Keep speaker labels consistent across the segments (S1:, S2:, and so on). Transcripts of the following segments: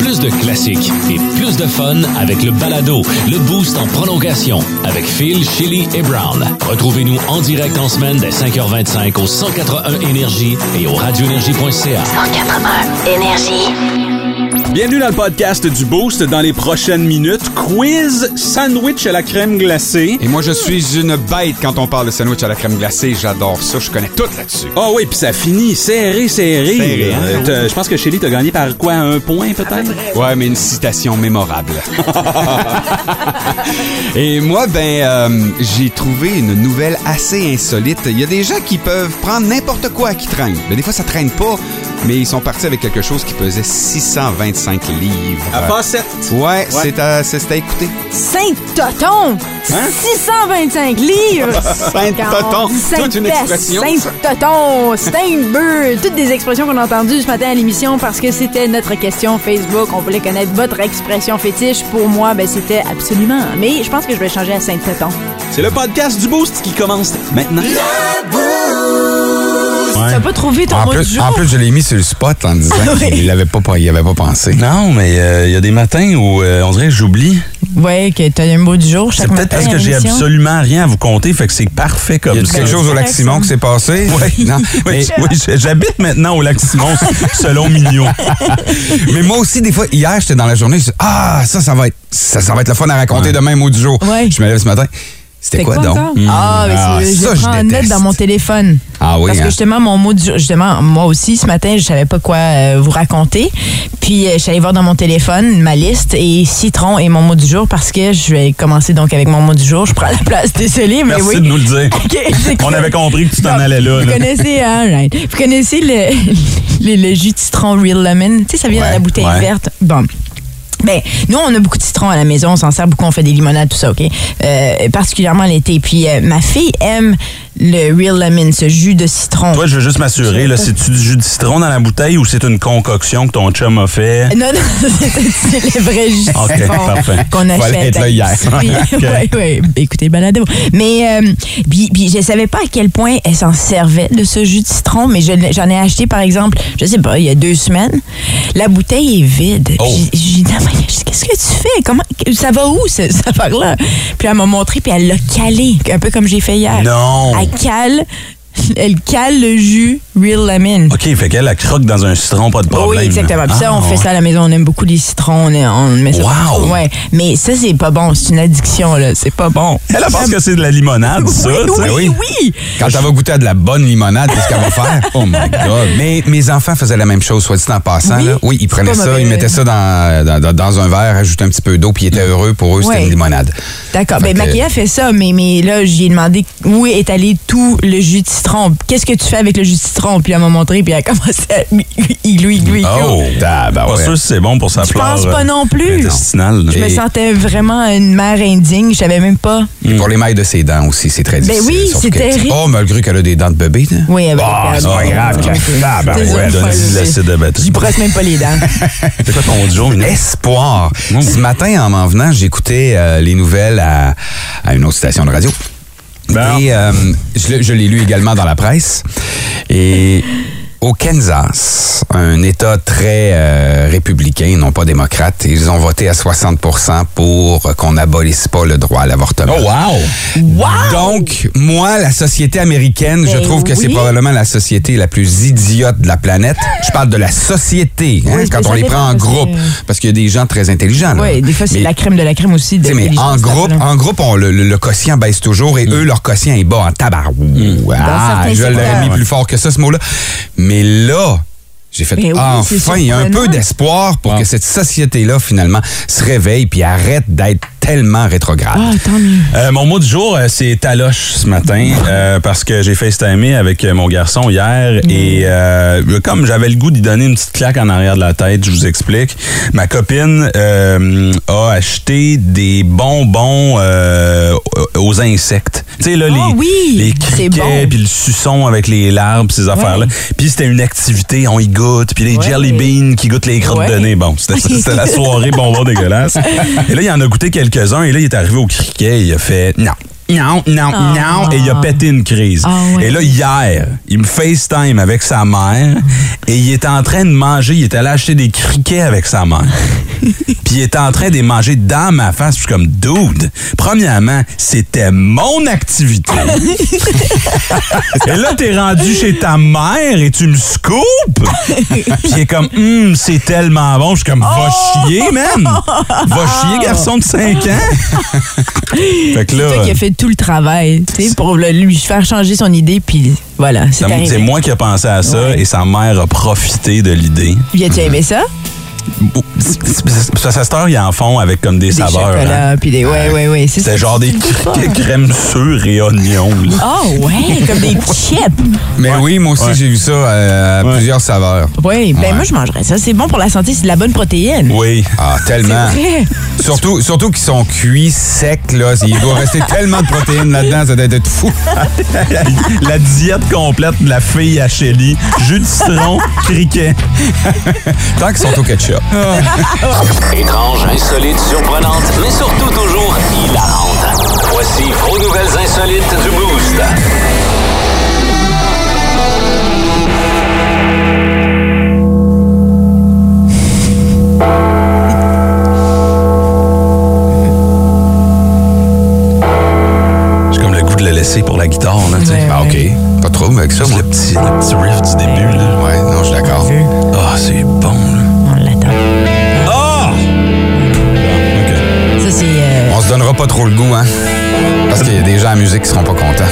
S1: Plus de classiques et plus de fun avec le balado, le boost en prolongation avec Phil, Chili et Brown. Retrouvez-nous en direct en semaine dès 5h25 au 181 Énergie et au radioénergie.ca.
S2: 181 Énergie.
S3: Bienvenue dans le podcast du Boost. Dans les prochaines minutes, quiz sandwich à la crème glacée.
S4: Et moi, je suis une bête quand on parle de sandwich à la crème glacée. J'adore ça. Je connais tout là-dessus.
S3: Ah oui, puis ça finit serré, serré.
S4: Serré,
S3: là.
S4: hein.
S3: T'as- Je pense que Shelly t'a gagné par quoi? Un point peut-être?
S4: Ouais, mais une citation mémorable. Et moi, ben, euh, j'ai trouvé une nouvelle assez insolite. Il y a des gens qui peuvent prendre n'importe quoi qui traîne. Mais des fois, ça traîne pas, mais ils sont partis avec quelque chose qui pesait 625 livres.
S3: À part sept.
S4: Ouais, c'est à, c'est à écouter.
S5: Saint-Toton! 625 livres!
S4: Hein? Saint-Toton,
S5: Quand on dit
S4: toute une
S5: Saint-Pest,
S4: expression.
S5: Saint-Toton, Steinbeu, toutes des expressions qu'on a entendues ce matin à l'émission parce que c'était notre question Facebook. On voulait connaître votre expression fétiche. Pour moi, ben, c'était absolument. Mais je pense que je vais changer à Saint-Toton.
S3: C'est le podcast du Boost qui commence maintenant.
S5: T'as pas trouvé ton
S6: En
S5: mot du
S6: plus,
S5: jour?
S6: en plus, je l'ai mis sur le spot en disant qu'il l'avait pas, il avait pas pensé.
S7: Non, mais euh, il y a des matins où euh, on dirait que j'oublie.
S5: Ouais, que t'as un mot du jour chaque
S7: C'est peut-être
S5: matin
S7: parce
S5: à
S7: que j'ai
S5: l'émission.
S7: absolument rien à vous compter, fait que c'est parfait
S6: Il y a
S7: comme ça.
S6: quelque chose au lac Simon qui s'est passé.
S7: Oui,
S6: Non, mais,
S7: oui, oui, j'- j'habite maintenant au lac Simon, selon Mignot.
S6: mais moi aussi, des fois, hier, j'étais dans la journée, je dis, ah, ça, ça va être, ça, ça va être le fun à raconter demain, mot du jour.
S5: Ouais.
S6: Je me lève ce matin. C'était quoi,
S5: encore?
S6: donc? Mm.
S5: Ah, mais c'est- je
S6: ça,
S5: prends en note
S6: déteste.
S5: dans mon téléphone.
S6: Ah oui,
S5: Parce que
S6: hein?
S5: justement, mon mot du jour, justement, moi aussi, ce matin, je savais pas quoi euh, vous raconter. Puis, euh, je suis allée voir dans mon téléphone ma liste et citron est mon mot du jour parce que je vais commencer donc avec mon mot du jour. Je prends la place, désolé, mais
S7: Merci
S5: oui.
S7: de nous le dire.
S5: Ok, c'est
S7: On
S5: cool.
S7: avait compris que tu t'en allais là.
S5: Vous
S7: là.
S5: connaissez, hein, right. Vous connaissez le, le, le jus de citron Real Lemon? Tu sais, ça vient dans la bouteille
S7: ouais.
S5: verte. Bon. Ben, nous, on a beaucoup de citrons à la maison, on s'en sert beaucoup, on fait des limonades, tout ça, OK? Euh, particulièrement l'été. Puis, euh, ma fille aime le Real Lemon, ce jus de citron.
S7: Toi, je veux juste m'assurer, là,
S5: Je sais
S7: c'est-tu du jus de citron dans la bouteille ou c'est une concoction que ton chum a fait?
S5: Non, non, c'est- c'est le vrai jus de
S7: Ok,
S5: citron
S7: parfait.
S5: qu'on achète.
S6: Fallait être là
S5: à
S6: hier.
S5: l'épicerie. Ouais, ouais. Écoutez, le balado. Mais euh, puis, puis je savais pas à quel point elle s'en servait de ce jus de citron, mais je l'ai- j'en ai acheté, par exemple, je sais pas, il y a deux semaines. La bouteille est vide. Puis J'ai j'ai dit, Ah, mais qu'est-ce que tu fais? Comment, ça va où, ce- cette affaire-là? Puis elle m'a montré, puis elle l'a calé, un peu comme j'ai fait hier.
S7: Non!
S5: Elle cale, elle cale le jus Real Lemon.
S7: OK, fait qu'elle, la croque dans un citron, pas de problème.
S5: Oui, exactement. Puis ça,
S7: Ah,
S5: on
S7: ouais.
S5: fait ça à la maison. On aime beaucoup les citrons. On, est- on met ça.
S7: Wow!
S5: partout. Ouais. Mais ça, c'est pas bon. C'est une addiction, là. C'est pas bon.
S7: Elle pense que c'est de la limonade, ça.
S5: oui,
S7: tu sais.
S5: oui, oui.
S6: Ben Quand elle va goûter à de la bonne limonade, qu'est-ce qu'elle va faire? Oh my God. Mais mes enfants faisaient la même chose, soit dit en passant.
S5: Oui?
S6: là. oui ils
S5: C'est
S6: prenaient
S5: pas
S6: ça,
S5: mauvais. Mm.
S6: ils mettaient ça dans, dans- dans- dans un verre, ajoutaient un petit peu d'eau, puis ils étaient heureux. Pour eux,
S5: Ouais.
S6: c'était une limonade.
S5: D'accord.
S6: Fait
S5: Ben,
S6: que-
S5: Maquia fait ça, mais, mais là, j'ai demandé où est allé tout le jus de citron. Qu'est-ce que tu fais avec le jus de citron? Puis elle m'a montré, puis elle a commencé à iglou, iglou, iglou.
S6: Oh,
S7: Pas
S6: tabarouette.
S7: sûr si c'est bon pour sa
S5: Je
S7: flore.
S5: pense pas
S7: euh,
S5: non plus.
S7: intestinale, là.
S5: Je me
S7: Et-
S5: sentais vraiment une mère indigne. Je savais même pas.
S6: Et pour les mailles de ses dents aussi, c'est très difficile.
S5: Ben oui,
S6: surtout
S5: c'est
S6: que-
S5: terrible.
S6: Oh, malgré qu'elle a des dents de bébé, là.
S5: Oui, avec
S6: Ah,
S5: euh,
S6: c'est pas
S5: bon,
S6: grave,
S5: ok.
S6: la
S7: ah,
S6: tabarouette.
S5: C'est
S7: Donne-y
S5: une
S7: ben de l'acide à batterie.
S5: Je brosse même pas les dents.
S7: C'est quoi ton jour, une
S6: Espoir. Ce matin, en m'en venant, j'écoutais euh, les nouvelles à, à une autre station de radio.
S7: Bon.
S6: Et euh, je, l'ai- je l'ai lu également dans la presse. Et au Kansas, un État très euh, républicain, non pas démocrate, ils ont voté à 60 pour qu'on abolisse pas le droit à l'avortement.
S7: Oh, wow!
S6: Donc, moi, la société américaine, je
S5: Ben
S6: trouve que c'est
S5: oui.
S6: probablement la société la plus idiote de la planète. Je parle de la société, hein,
S5: Oui, mais
S6: quand on
S5: ça
S6: les prend en
S5: dépend, parce
S6: groupe,
S5: que-
S6: parce qu'il y a des gens très intelligents. là.
S5: Oui, des fois, c'est
S6: Mais-
S5: la crème de la crème aussi. De
S6: tu sais, mais en
S5: l'intelligence,
S6: groupe,
S5: là. Mm.
S6: en groupe, on- le, le- le quotient baisse toujours et eux, leur quotient est bas en tabarou. Ah,
S5: certains
S6: je l'aurais
S5: secteurs.
S6: mis plus fort que ça, ce mot-là. Mais là, j'ai fait
S5: Mais oui, c'est
S6: enfin, il y a un
S5: surprenant.
S6: peu d'espoir pour que cette société-là, finalement, se réveille puis arrête d'être tellement rétrograde.
S5: Ah, tant mieux.
S7: Euh, mon mot du jour, euh, c'est taloche ce matin euh, parce que j'ai FaceTimé avec euh, mon garçon hier et
S5: Mm.
S7: euh, comme j'avais le goût d'y donner une petite claque en arrière de la tête, je vous explique. Ma copine euh, a acheté des bonbons euh, aux insectes. Tu sais là
S5: Ah
S7: les
S5: oui!
S7: les
S5: C'est bon.
S7: criquets puis le suçon avec les larves pis ces affaires là. Puis c'était une activité, on y goûte, puis les
S5: Ouais.
S7: jelly beans qui goûtent les crottes
S5: Ouais.
S7: de nez. Bon, c'était ça, c'était la soirée bonbon dégueulasse. Et là, il en a goûté quelques-uns. Et là, il est arrivé au criquet. Il a fait non, non, non, non. Et il a pété une crise.
S5: Ah ouais.
S7: Et là, hier, il me FaceTime avec sa mère. Et il est en train de manger. Il est allé acheter des criquets avec sa mère. Puis il est en train de les manger dans ma face. Puis je suis comme, dude, premièrement, c'était mon activité. et là, t'es rendu chez ta mère et tu me scoopes. Puis il est comme, hum, c'est tellement bon. Je suis comme, va
S5: Oh!
S7: chier, man. Va chier, garçon de 5 ans. fait que
S5: C'est toi qui
S7: là,
S5: as fait tout le travail, tu sais, pour le- lui faire changer son idée, puis voilà, c'est
S7: ça me- c'est
S5: arrivé.
S7: moi qui ai pensé à ça et sa mère a profité de l'idée.
S5: Puis as-tu aimé ça?
S7: Sa sa sœur, il en font avec comme des,
S5: Des
S7: saveurs. hein.
S5: chocolats, puis des... Ouais, ouais, ouais. c'est
S7: C'était
S5: ça.
S7: genre des criquets crème sûre et oignons. là.
S5: Oh, ouais, comme des chips.
S6: Mais oui, moi aussi,
S7: Ouais.
S6: j'ai vu ça euh, à
S7: Ouais.
S6: plusieurs saveurs.
S5: Oui, ben
S6: Ouais.
S5: moi, je mangerais ça. C'est bon pour la santé, c'est de la bonne protéine.
S7: Oui.
S6: Ah,
S7: hein?
S6: tellement.
S5: Vrai.
S6: Surtout, surtout qu'ils sont cuits, secs, là. Il doit rester tellement de protéines là-dedans, ça doit être fou.
S7: la diète complète de la fille à Shelly. Jus de citron, criquet.
S6: Tant qu'ils sont au ketchup.
S1: Étrange, insolite, surprenante, mais surtout toujours hilarante. Voici vos nouvelles insolites du Boost.
S7: J'ai comme le goût de le laisser pour la guitare, là, tu sais.
S6: Ah, OK. Pas de trouble avec ça,
S7: Juste
S6: moi.
S7: le petit, le petit riff du début, là.
S6: Ouais, non, je suis d'accord.
S7: Ah, c'est bon, là.
S5: On l'attend.
S7: Ah!
S5: Ça, c'est... euh,
S6: On se donnera pas trop le goût, hein? Parce qu'il y a des gens à musique qui seront pas contents.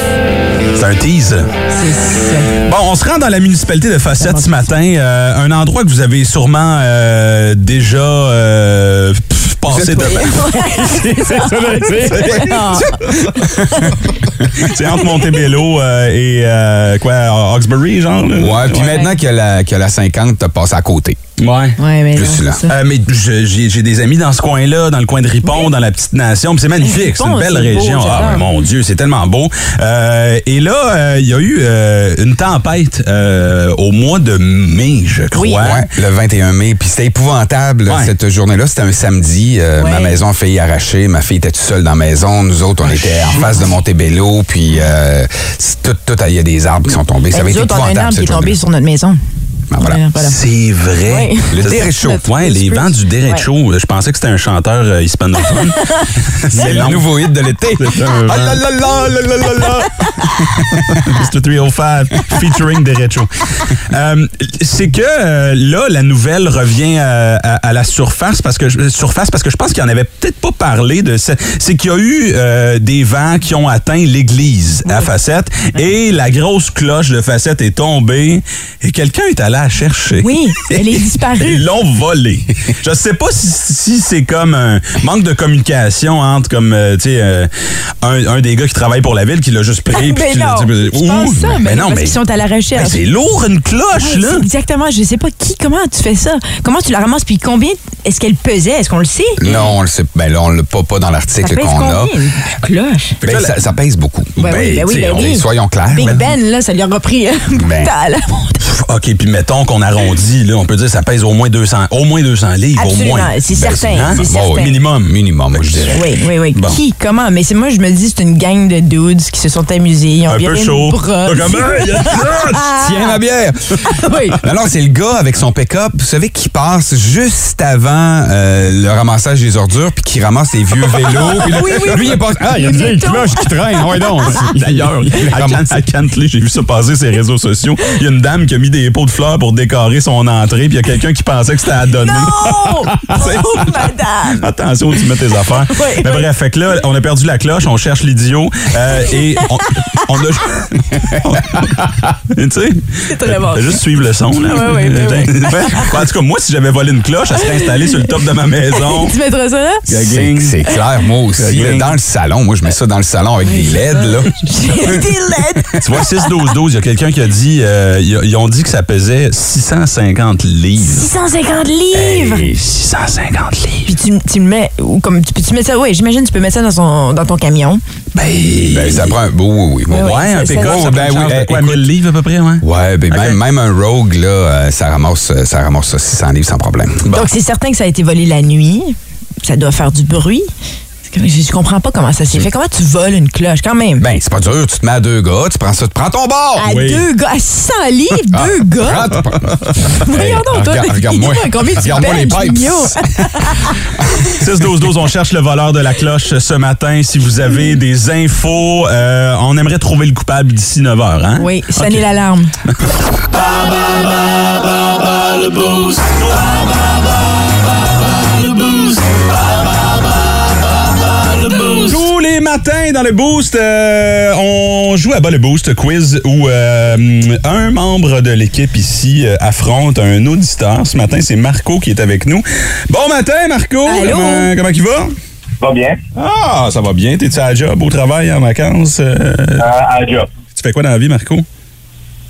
S7: C'est un tease.
S5: c'est ça.
S7: Bon, on se rend dans la municipalité de Facette ce matin, euh, un endroit que vous avez sûrement euh, déjà euh, pff, passé devant. C'est ça que je veux dire. C'est entre Montebello euh, et euh, quoi, Hawkesbury, genre. là?
S6: Ouais, puis maintenant qu'il y, a la- qu'il y a la 50, t'as passé à côté.
S7: Ouais.
S5: Ouais, mais
S6: Je
S5: non,
S6: suis là.
S5: c'est ça.
S7: Euh, mais je- j'ai j'ai des amis dans ce coin-là, dans le coin de Ripon, dans la petite nation. puis C'est magnifique, c'est
S5: Ripon,
S7: une belle
S5: c'est beau,
S7: région. ah
S5: j'adore.
S7: ouais, mon Dieu, c'est tellement beau. Euh, et là, euh, il y a eu euh, une tempête euh, au mois de mai, je crois.
S5: Hein?
S6: Ouais, le 21 mai. Puis c'était épouvantable,
S7: Ouais.
S6: cette journée-là. C'était un samedi. Euh,
S5: Ouais.
S6: Ma
S5: Ah,
S6: maison a failli arracher. Ma fille était toute seule dans la maison. Nous autres, on était en face de Montebello. Puis euh, c'est tout, tout, il y a des arbres qui sont tombés. ça
S5: Ben,
S6: avait
S5: nous
S6: été
S5: autres, on a un
S6: épouvantable,
S5: arbre qui est
S6: cette
S5: tombé
S6: journée.
S5: sur notre maison.
S6: Ah, voilà.
S5: Ouais,
S7: C'est vrai.
S5: Ouais.
S7: Le derecho. Ouais, les vents du derecho. Je pensais que c'était un chanteur euh, hispanophone.
S6: C'est le
S7: long.
S6: nouveau hit de l'été.
S7: C'est un
S6: Ah là
S7: vent.
S6: là là là là là là.
S7: Mr. 305 featuring Derecho. Euh, c'est que euh, là, la nouvelle revient euh, à, à la surface parce que je, surface parce que je pense qu'il en avait peut-être pas parlé de ça. C'est qu'il y a eu euh, des vents qui ont atteint l'église à Facette et la grosse cloche de Facette est tombée et quelqu'un est allé la chercher.
S5: Oui, elle est disparue.
S7: Ils l'ont volé. Je sais pas si, si c'est comme un manque de communication entre comme euh, tu sais euh, un, un des gars qui travaille pour la ville qui l'a juste pris puis
S5: Ben
S7: qui l'a-
S5: non,
S7: tu sais,
S5: je pense ça, mais,
S7: mais
S5: non,
S7: non
S5: parce
S7: mais
S5: qu'ils sont à la
S7: mais
S5: recherche.
S7: c'est lourd une cloche
S5: Ouais,
S7: là.
S5: c'est Exactement, je sais pas qui, comment tu fais ça? Comment tu la ramasses, puis combien est-ce qu'elle pesait? Est-ce qu'on le sait?
S6: Non, on le sait. Ben là, on l'a pas, pas dans
S5: Ça
S6: l'article
S5: pèse
S6: qu'on a.
S5: combien? une Cloche.
S6: Ben, ça, ça pèse beaucoup.
S5: Ben oui, ben oui,
S6: tu sais,
S5: ben
S6: on-
S5: oui.
S6: Soyons clairs.
S5: Big
S6: ben-
S5: Ben, là, ça lui a repris un bout de
S6: Ben.
S5: temps, là.
S7: Pff, OK, puis mettons qu'on arrondit là, on peut dire que ça pèse au moins 200 au moins 200 livres
S5: Absolument,
S7: au moins.
S5: c'est certain,
S7: hein?
S5: ben, c'est
S7: Bon,
S5: certain.
S7: minimum, minimum, je dirais.
S5: Oui, oui, oui.
S7: Bon.
S5: Qui, comment? Mais c'est moi, je me dis, c'est une gang de dudes qui se sont amusés. Ils ont
S7: Un
S5: viré
S7: peu
S5: une
S7: chaud. Ah,
S5: brosse. Ah.
S7: Comme, Hey, il y a une cloche!
S6: Tiens ma bière.
S5: oui.
S6: Non, non, c'est le gars avec son pick-up, vous savez, qui passe juste avant euh, le ramassage des ordures, puis qui ramasse les vieux vélos. puis là,
S5: Oui, oui.
S6: Lui, il passe. Ah, il y a une vieille
S5: Béton.
S6: cloche qui traîne. Ouais, donc.
S7: D'ailleurs, à, Can- à Cantley, j'ai vu ça passer sur les réseaux sociaux. Il y a une dame qui a mis des pots de fleurs fleurs pour décorer son entrée, puis il y a quelqu'un qui pensait que c'était à donner.
S5: Non! Oh, madame!
S7: Attention où tu mets tes affaires.
S5: Oui,
S7: Mais
S5: oui.
S7: bref, fait que là, on a perdu la cloche, on cherche l'idiot euh, et on, on a. tu sais?
S5: C'est très bon.
S7: Fais Juste suivre le son. Là.
S5: Oui, oui, oui,
S7: Ben, en tout cas, moi, si j'avais volé une cloche, elle serait installée sur le top de ma maison.
S5: Tu mettras ça là?
S7: Gagling.
S6: C'est c'est clair, moi aussi.
S7: Gagling.
S6: là, dans le salon, moi, je mets ça dans le salon avec des LED, là.
S5: J'ai des lettres.
S7: Tu vois, 6-12-12, il y a quelqu'un qui a dit, euh, ils ils ont dit que ça pesait 650 livres.
S5: 650 livres!
S7: Hey, 650 livres.
S5: Puis tu, tu le mets, ou comme tu, peux- tu mets ça, oui, j'imagine tu peux mettre ça dans, son, dans ton camion.
S6: Ben, ça prend un beau, oui, oui.
S5: Oui, oui,
S7: Ouais, un
S5: c'est-
S7: pick-up,
S5: c'est-
S7: ça prend
S6: Ben
S7: une
S6: oui,
S7: charge de
S6: eh,
S7: quoi,
S6: écoute.
S7: 1000 livres à peu près, ouais?
S6: Ouais, ben,
S7: Ok.
S6: même, même un rogue, là, euh, ça ramasse, euh, ça ramasse ça 600 livres sans problème. Bon.
S5: Donc c'est certain que ça a été volé la nuit. Ça doit faire du bruit. C'est comme- Je, je comprends pas comment ça s'est fait. Comment tu voles une cloche quand même?
S6: Ben, c'est pas dur, tu te mets à deux gars, tu prends ça, tu prends ton bord!
S5: à
S7: oui.
S5: deux gars, à 600 livres, deux gars.
S6: Prends-
S5: Voyons
S6: Ah, Hey,
S5: donc, toi,
S6: regarde- regarde-moi.
S5: combien tu
S6: Regarde-moi les
S5: payes,
S6: pipes.
S5: Junior?
S7: 6-12-12, on cherche le voleur de la cloche euh, ce matin. Si vous avez des infos, euh, on aimerait trouver le coupable d'ici 9h. Hein?
S5: Oui, sonnez l'alarme.
S7: Tous les matins dans le Boost, euh, on joue à bas le Boost quiz où euh, un membre de l'équipe ici euh, affronte un auditeur. Ce matin, c'est Marco qui est avec nous. Bon matin, Marco!
S5: Allô?
S7: Comment, comment il va?
S8: Va bien.
S7: Ah, ça va bien. T'es-tu à la job, au travail, en vacances? Euh,
S8: Euh, à la job.
S7: tu fais quoi dans la vie, Marco?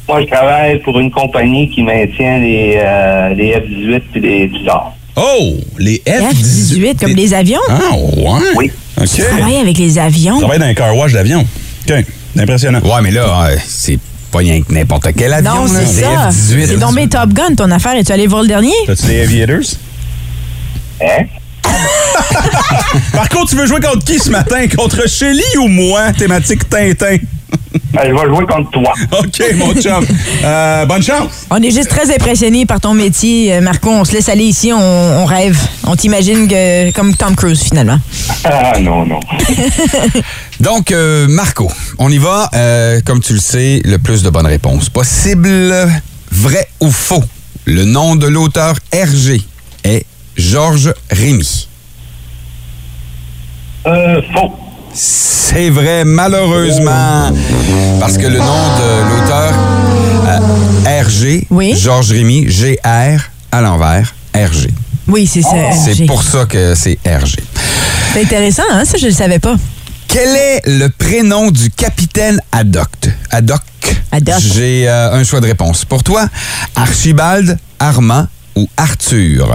S8: Moi, je travaille pour une compagnie qui maintient les, euh, les F-18 puis les Tudors.
S7: Oh, les
S5: F-18, Hein? comme les avions.
S7: Ah, ouais?
S8: Oui.
S7: OK.
S5: Tu travailles avec les avions.
S7: travaille dans un car wash d'avion. OK. C'est impressionnant.
S6: Ouais, mais là, euh, c'est pas rien que n'importe quel avion.
S5: Non,
S6: là.
S5: c'est ça.
S6: Des F-18.
S5: C'est tombé Top Gun, ton affaire. Et tu allé voir le dernier?
S7: T'as-tu des aviators?
S8: Hein?
S7: Par contre, tu veux jouer contre qui ce matin? Contre Shelly ou moi? Thématique Tintin.
S8: Ben, je vais jouer contre toi.
S7: OK, mon chum. Euh, bonne chance.
S5: On est juste très impressionnés par ton métier, euh, Marco. On se laisse aller ici, on, on rêve. On t'imagine que comme Tom Cruise, finalement.
S8: Ah, non, non.
S6: Donc, euh, Marco, on y va. Euh, comme tu le sais, le plus de bonnes réponses possible. Vrai ou faux? Le nom de l'auteur Hergé est Georges Rémy.
S8: Euh, faux.
S6: C'est vrai, malheureusement,
S7: Oh.
S6: parce que le nom de l'auteur euh, Hergé,
S5: Oui.
S6: Georges Rémy, G-R, à l'envers, Hergé.
S5: Oui, c'est ça.
S6: Oh, C'est
S5: Hergé.
S6: pour ça que c'est Hergé.
S5: C'est intéressant, hein? Ça, je le savais pas.
S6: Quel est le prénom du capitaine Haddock? Haddock.
S5: Haddock.
S6: J'ai euh, un choix de réponse. Pour toi, Archibald, Armand ou Arthur?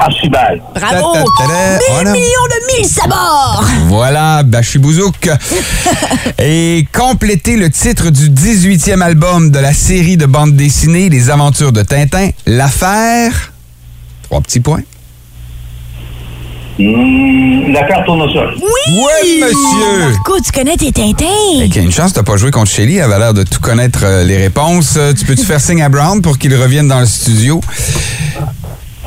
S8: Archibald.
S5: Bravo!
S6: Ta, ta, ta, ta. Oh,
S5: 1000
S6: Voilà.
S5: millions de mille sabords!
S6: Voilà, Bachibouzouk. Et complétez le titre du 18e album de la série de bande dessinée Les Aventures de Tintin, L'affaire. Trois petits points.
S8: Mmh, la carte tourne au sol.
S6: Oui, monsieur!
S5: Marco, tu connais tes tintins?
S6: Il y a une chance, t'as pas joué contre Shelly. Elle avait l'air de tout connaître euh, les réponses. Euh, Tu peux-tu faire signe à Brown pour qu'il revienne dans le studio?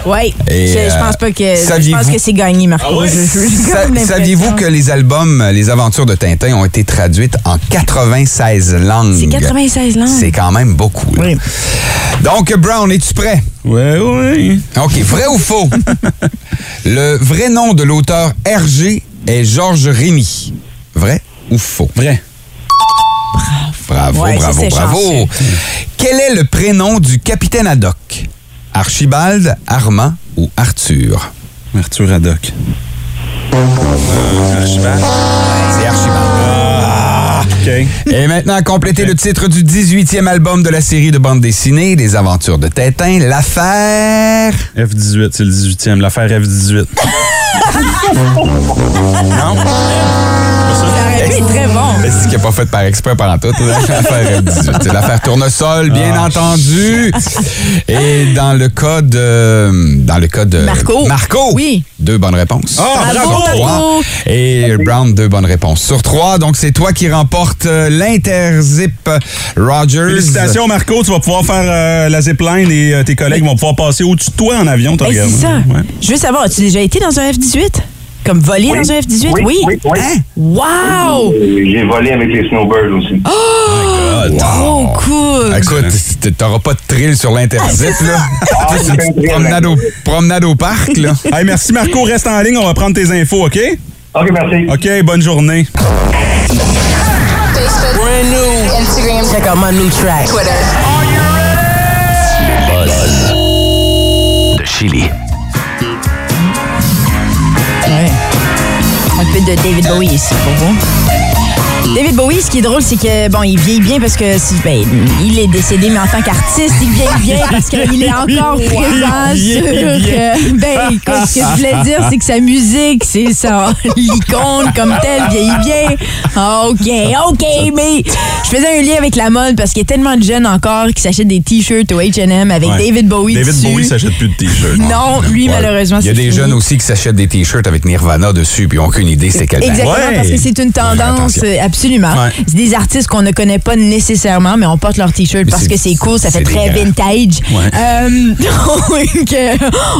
S5: Oui.
S6: Et,
S5: Je, je
S6: euh,
S5: pense pas que. Je pense
S6: saviez-vous- Ah
S5: que c'est gagné, Marco.
S7: Ah
S5: Je- je- j'ai
S6: Sa-
S5: comme l'impression.
S6: Saviez-vous que les albums euh, Les Aventures de Tintin ont été traduites en 96 langues?
S5: C'est 96 langues.
S6: C'est quand même beaucoup. là.
S5: Hum. Oui.
S6: Donc, Brown, es-tu prêt?
S7: Ouais, ouais.
S6: OK, vrai ou faux? Le vrai nom de l'auteur Hergé est Georges Rémy. Vrai ou faux?
S7: Vrai.
S6: Bravo,
S5: Ouais, ça,
S6: bravo,
S5: c'est
S6: bravo.
S5: chanceux.
S6: Quel est le prénom du capitaine Haddock? Archibald, Armand ou Arthur?
S7: Arthur Haddock.
S6: C'est Archibald.
S5: Ah!
S7: OK.
S6: Et maintenant, complétez le titre du 18e album de la série de bande dessinée, Les Aventures de Tintin, l'affaire...
S7: F-18, c'est le 18e. L'affaire F-18.
S5: Ça aurait pu être très bon.
S6: Est-ce qu'il n'est pas fait par exprès pendant tout? là? L'affaire F18. C'est l'affaire Tournesol, bien
S7: Ah,
S6: entendu. Et dans le cas de... Dans le cas de...
S5: Marco.
S6: Marco.
S5: Oui.
S6: Deux bonnes réponses.
S7: Ah,
S5: Bravo,
S6: Sur trois.
S5: Marco.
S6: Et Brown, deux bonnes réponses. Sur trois, donc c'est toi qui remporte l'Interzip Rogers.
S7: Félicitations, Marco. Tu vas pouvoir faire euh, la zipline et euh, tes collègues vont pouvoir passer au-dessus de toi en avion. t'as
S5: Ben,
S7: regardé.
S5: c'est ça.
S7: Ouais.
S5: Je veux savoir, as-tu déjà été dans un F-18? Comme voler
S9: Oui.
S5: dans un F-18?
S9: Oui,
S5: Oui.
S9: oui, oui.
S7: Hein?
S5: Wow!
S9: Euh, J'ai volé avec les snowbirds aussi.
S5: Trop cool!
S6: Écoute, t- t'auras pas de thrill sur l'interzip, là.
S9: Ah,
S6: C'est une
S9: c'est un
S6: petite
S9: thrill,
S6: promenade au, promenade au parc, là.
S7: Hey, merci Marco, reste en ligne, on va prendre tes infos, OK?
S9: OK, merci.
S7: OK, bonne journée.
S2: Check out my new track.
S1: Buzz de Chili.
S5: Ouais. Un peu de David Bowie ici pour vous. David Bowie, ce qui est drôle, c'est que bon, il vieillit bien parce que si- ben, il est décédé, mais en tant qu'artiste, il vieillit bien parce qu'il est encore présent sur. euh, ben, écoute, ce que je voulais dire, c'est que sa musique, c'est ça, l'icône comme telle vieillit bien. Ah, Ok, ok, mais je faisais un lien avec la mode parce qu'il est tellement jeune encore qu'il s'achète des t-shirts au H&M avec
S7: Ouais.
S5: David Bowie
S7: David
S5: dessus.
S7: Bowie s'achète plus de t-shirts.
S5: Non, lui
S6: Ouais.
S5: malheureusement,
S6: Il y a
S5: c'est
S6: des
S5: fini.
S6: jeunes aussi qui s'achètent des t-shirts avec Nirvana dessus, puis ils n'ont aucune idée c'est quel band.
S5: Exactement,
S7: Ouais.
S5: parce que c'est une tendance,
S6: attention.
S5: euh, absolument.
S7: Ouais.
S5: C'est des artistes qu'on ne connaît pas nécessairement, mais on porte leur t-shirt parce
S6: c'est-
S5: que c'est cool, ça
S6: c'est
S5: fait
S6: des
S5: très
S6: grands.
S5: vintage. Euh, donc, euh,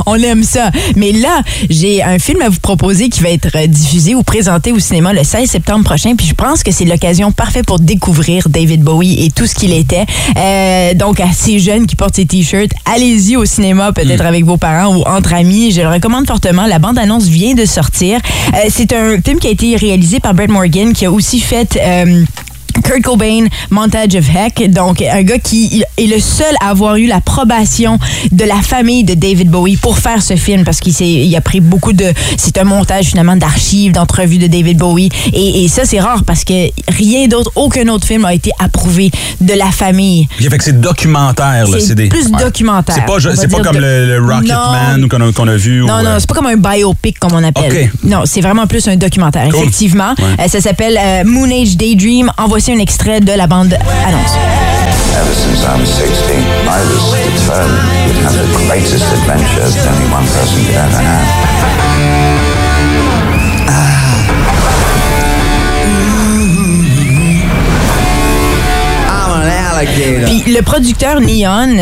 S5: on aime ça. Mais là, j'ai un film à vous proposer qui va être euh, diffusé ou présenté au cinéma le 16 septembre prochain, puis je pense que c'est l'occasion parfaite pour découvrir David Bowie et tout ce qu'il était. Euh, donc, à ces jeunes qui portent ces t-shirts, allez-y au cinéma, peut-être avec vos parents ou entre amis. Je le recommande fortement. La bande-annonce vient de sortir. Euh, c'est un film qui a été réalisé par Brett Morgan, qui a aussi fait... euh, Kurt Cobain, Montage of Heck. Donc, un gars qui est le seul à avoir eu l'approbation de la famille de David Bowie pour faire ce film parce qu'il s'est- il a pris beaucoup de. C'est un montage finalement d'archives, d'entrevues de David Bowie. Et, et ça, c'est rare parce que rien d'autre, aucun autre film a été approuvé de la famille.
S7: OK, fait que c'est documentaire, le
S5: C'est
S7: CD.
S5: plus
S7: Ouais.
S5: documentaire.
S7: C'est pas, je-
S5: On va
S7: c'est pas
S5: dire
S7: comme
S5: de-
S7: le, le Rocket
S5: Non.
S7: Man ou qu'on a, qu'on a vu.
S5: Non,
S7: ou,
S5: non,
S7: euh,
S5: c'est pas comme un biopic comme on
S7: OK.
S5: appelle. Non, c'est vraiment plus un documentaire,
S7: Cool.
S5: effectivement.
S7: Ouais.
S5: Euh, ça s'appelle euh, Moon Age Daydream. En voici un extrait de la bande annonce.
S9: Ever since I was 16, I was determined to have the greatest adventure that only one person could ever have.
S5: Puis le producteur Neon, euh,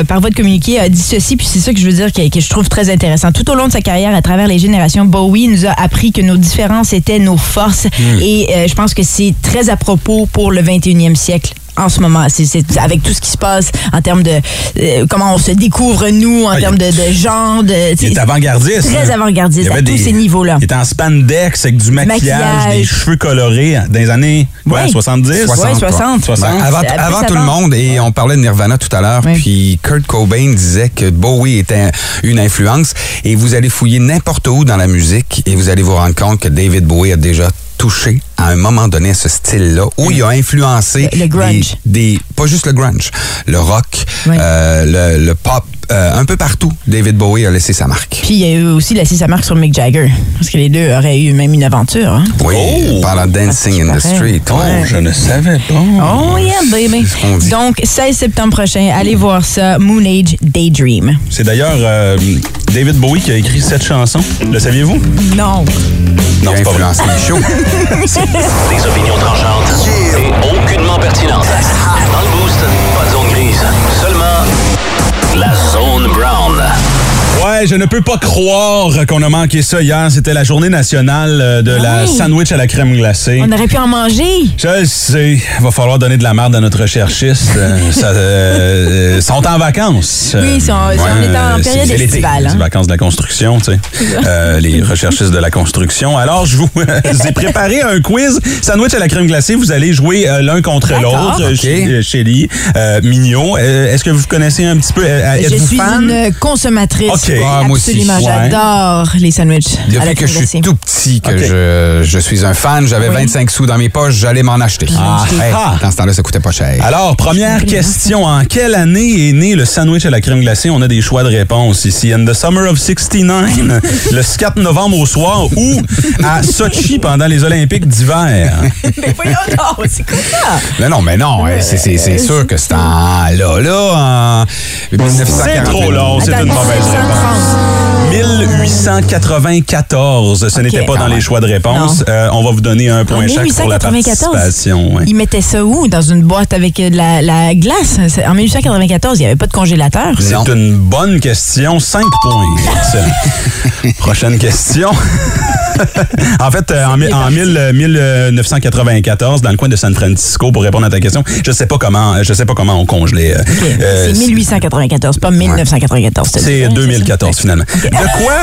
S5: euh, par voie de communiqué, a dit ceci, puis c'est ça que je veux dire que, que je trouve très intéressant. Tout au long de sa carrière, à travers les générations, Bowie nous a appris que nos différences étaient nos forces.
S7: Hmm.
S5: Et euh, je pense que c'est très à propos pour le 21e siècle. En ce moment, c'est c'est- avec tout ce qui se passe en termes de euh, comment on se découvre nous, en
S7: Ah, il-
S5: termes de, de genre, de
S7: Il est avant-gardiste.
S5: Très
S7: hein.
S5: avant-gardiste,
S7: Il y
S5: à
S7: avait
S5: tous ces niveaux-là.
S7: Il était en spandex avec du maquillage,
S5: Maquillage.
S7: des cheveux colorés hein, dans les années quoi,
S5: Ouais.
S7: 70.
S5: Ouais, 60.
S6: Ben,
S7: 60.
S6: avant
S5: C'est plus
S6: avant tout le
S5: avant.
S6: monde, et on parlait de Nirvana tout à l'heure,
S5: Oui.
S6: puis Kurt Cobain disait que Bowie était une influence, et vous allez fouiller n'importe où dans la musique, et vous allez vous rendre compte que David Bowie a déjà touché à un moment donné à ce style-là, où il a influencé
S5: Le- le grunge.
S6: Des, des- pas juste le grunge, le rock,
S5: Oui.
S6: euh, le, le pop, euh, un peu partout, David Bowie a laissé sa marque.
S5: Puis il a eu aussi laissé sa marque sur Mick Jagger, parce que les deux auraient eu même une aventure. hein.
S6: Oui, par la Dancing in the
S5: Parce qu'il
S6: Street.
S5: paraît.
S6: ouais.
S7: Oh! Je ne savais pas.
S5: Ah, Oh yeah, baby.
S6: ce qu'on dit.
S5: Donc, 16 septembre prochain, allez voir ça, Moon Age Daydream.
S7: C'est d'ailleurs euh, David Bowie qui a écrit cette chanson. Le saviez-vous?
S5: Non.
S6: Il
S7: Non,
S6: a
S7: c'est pas vrai.
S6: influencé les shows.
S1: Des opinions tranchantes et aucunement pertinentes. Dans le boost, pas de zone grise. Seulement la zone brown.
S7: Ouais, je ne peux pas croire qu'on a manqué ça hier. C'était la journée nationale euh, de la
S5: Ouais.
S7: sandwich à la crème glacée.
S5: Ah On aurait pu en manger.
S7: Je le sais, va falloir donner de la merde à notre recherchiste. Euh, ça, euh, euh, sont en vacances.
S5: Oui, ils sont- ils sont- on est en
S7: euh,
S5: période
S7: c'est l'été,
S5: estivale, hein.
S7: C'est les vacances de la construction, tu sais. Euh, les recherchistes de la construction. Alors, je vous ai préparé un quiz sandwich à la crème glacée. Vous allez jouer euh, l'un contre
S5: D'accord.
S7: l'autre. Euh,
S6: Ok.
S7: Ch- euh, Chélie, euh, Mignot, euh, est-ce que vous connaissez un petit peu? euh,
S5: Je
S7: Êtes-vous
S5: suis
S7: fan?
S5: une consommatrice.
S7: Ok.
S5: Oui,
S6: Ah, moi aussi.
S5: absolument,
S7: Ouais.
S5: j'adore les sandwichs. à la
S6: Depuis que
S5: crème
S6: je
S5: glacée.
S6: suis tout petit, que
S7: Ok.
S6: je, je suis un fan, j'avais
S5: Oui.
S6: 25 sous dans mes poches, j'allais m'en acheter.
S7: Ah.
S6: Hey,
S7: Ah.
S6: dans ce temps-là, ça coûtait pas cher.
S7: Alors, première question. En quelle année est né le sandwich à la crème glacée? On a des choix de réponses ici. In the summer of 69, le 4 novembre au soir ou à Sochi pendant les Olympiques d'hiver.
S5: Mais Ben, voyons donc, c'est quoi ça?
S6: Non, non, mais non,
S5: Euh,
S6: hein, c'est- c'est c'est sûr que c'est en là, hein. là, en
S7: C'est
S6: 1940.
S7: trop long, c'est
S5: Attends,
S7: une mauvaise réponse. 1894, ce n'était
S5: ah
S7: pas dans les choix de réponse. Euh, on va vous donner un point chaque pour la
S5: 1894.
S7: participation. ouais.
S5: Ils mettaient ça où? Dans une boîte avec euh, de la, la glace? C'est- En 1894, il n'y avait pas de congélateur.
S6: Non.
S7: C'est une bonne question. 5 points. Excellent. Prochaine question. en fait, euh, en, mi- en mille- euh, 1994, dans le coin de San Francisco, pour répondre à ta question, je sais pas comment, euh, je sais pas comment on congelait. euh, euh,
S5: c'est 1894, pas 1994. t'as dit,
S7: c'est
S5: hein,
S7: 2014 finalement. De quoi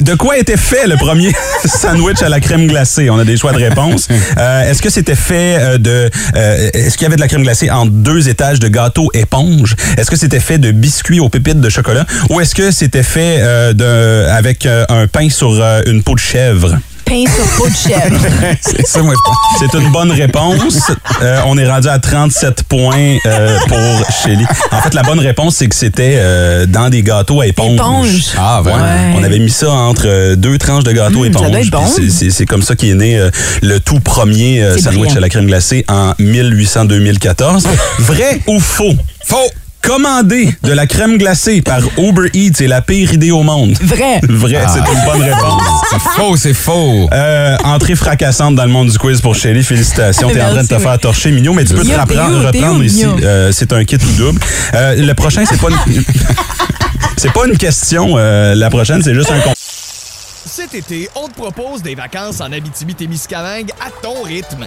S7: de quoi était fait le premier sandwich à la crème glacée? On a des choix de réponse. Euh, est-ce que c'était fait euh, de... euh, est-ce qu'il y avait de la crème glacée en deux étages de gâteau éponge? Est-ce que c'était fait de biscuits aux pépites de chocolat? Ou est-ce que c'était fait euh, de, avec euh, un pain sur euh, une peau de chèvre?
S5: ça? Pain sur peau de chèvre.
S7: C'est ça, moi, je pense. C'est une bonne réponse. Euh, on est rendu à 37 points euh, pour Shelly. En fait, la bonne réponse, c'est que c'était euh, dans des gâteaux à éponge.
S5: Éponge.
S7: Ah, vraiment?
S5: Ouais.
S7: On avait mis ça entre euh, deux tranches de gâteau
S5: Hum,
S7: éponge.
S5: ça doit être bon.
S7: Puis c'est- C'est c'est comme ça qu'est né euh, le tout premier euh,
S5: C'est
S7: sandwich
S5: brillant.
S7: à la crème glacée en 1800-2014. Vrai ou faux? Faux! Commander de la crème glacée par Uber Eats est la pire idée au monde.
S5: Vrai.
S7: Vrai, c'est une bonne réponse.
S4: C'est faux, c'est faux.
S7: Euh, entrée fracassante dans le monde du quiz pour Shelly. Félicitations. T'es en train de te
S5: Merci,
S7: faire torcher, Mignot, mais tu peux te
S5: Mignot,
S7: rappren-
S5: Théo,
S7: reprendre
S5: Théo,
S7: ici.
S5: Mignot.
S7: Euh, c'est un kit ou double. Euh, le prochain, c'est pas une... c'est pas une question. euh, la prochaine, c'est juste un con.
S10: Cet été, on te propose des vacances en Abitibi-Témiscamingue à ton rythme.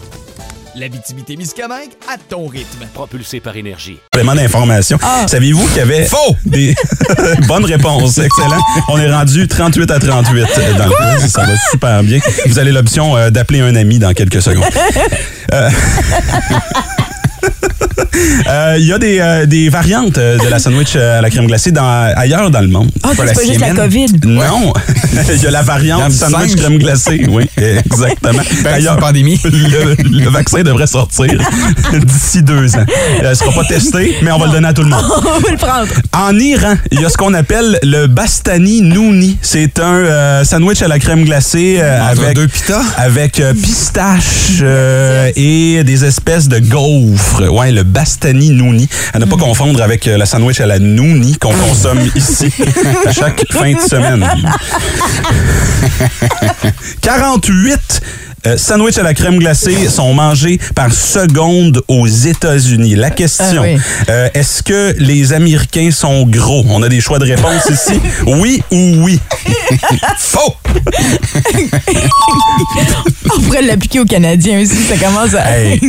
S10: L'Abitibi-Témiscamingue à ton rythme.
S1: Propulsé par énergie.
S7: complément d'information.
S5: Ah.
S7: Saviez-vous qu'il y avait
S4: Faux!
S7: des bonnes réponses? Excellent. On est rendu 38 à 38 dans le quiz. Ça va super bien. Vous avez l'option euh, d'appeler un ami dans quelques secondes. Euh, euh, Il y a des, euh, des variantes euh, de la sandwich euh, à la crème glacée dans, ailleurs dans le monde.
S5: Ah, c'est pas juste la
S7: sienne.
S5: COVID.
S7: Non, il y a la
S4: Dans
S7: variante
S4: le
S7: sandwich
S4: singe.
S7: crème glacée. Oui, exactement.
S5: Ben,
S4: c'est une pandémie.
S7: le, le vaccin devrait sortir d'ici deux ans. Euh, Il ne sera pas testé, mais on va le donner à tout le monde.
S5: On va le prendre.
S7: En Iran, il y a ce qu'on appelle le bastani nouni. C'est un euh, sandwich à la crème glacée euh,
S4: Entre
S7: avec
S4: deux pitas?
S7: avec euh, pistache euh, et des espèces de gaufres. Ouais, le bastani nouni. À ne pas confondre avec euh, la sandwich à la nouni qu'on consomme ici à chaque fin de semaine. 48 euh, sandwichs à la crème glacée sont mangés par seconde aux États-Unis. La question,
S5: Ah oui.
S7: euh, est-ce que les Américains sont gros? On a des choix de réponse ici. Oui ou oui? Faux!
S5: On pourrait l'appliquer aux Canadiens aussi. Ça commence à.
S7: Hey.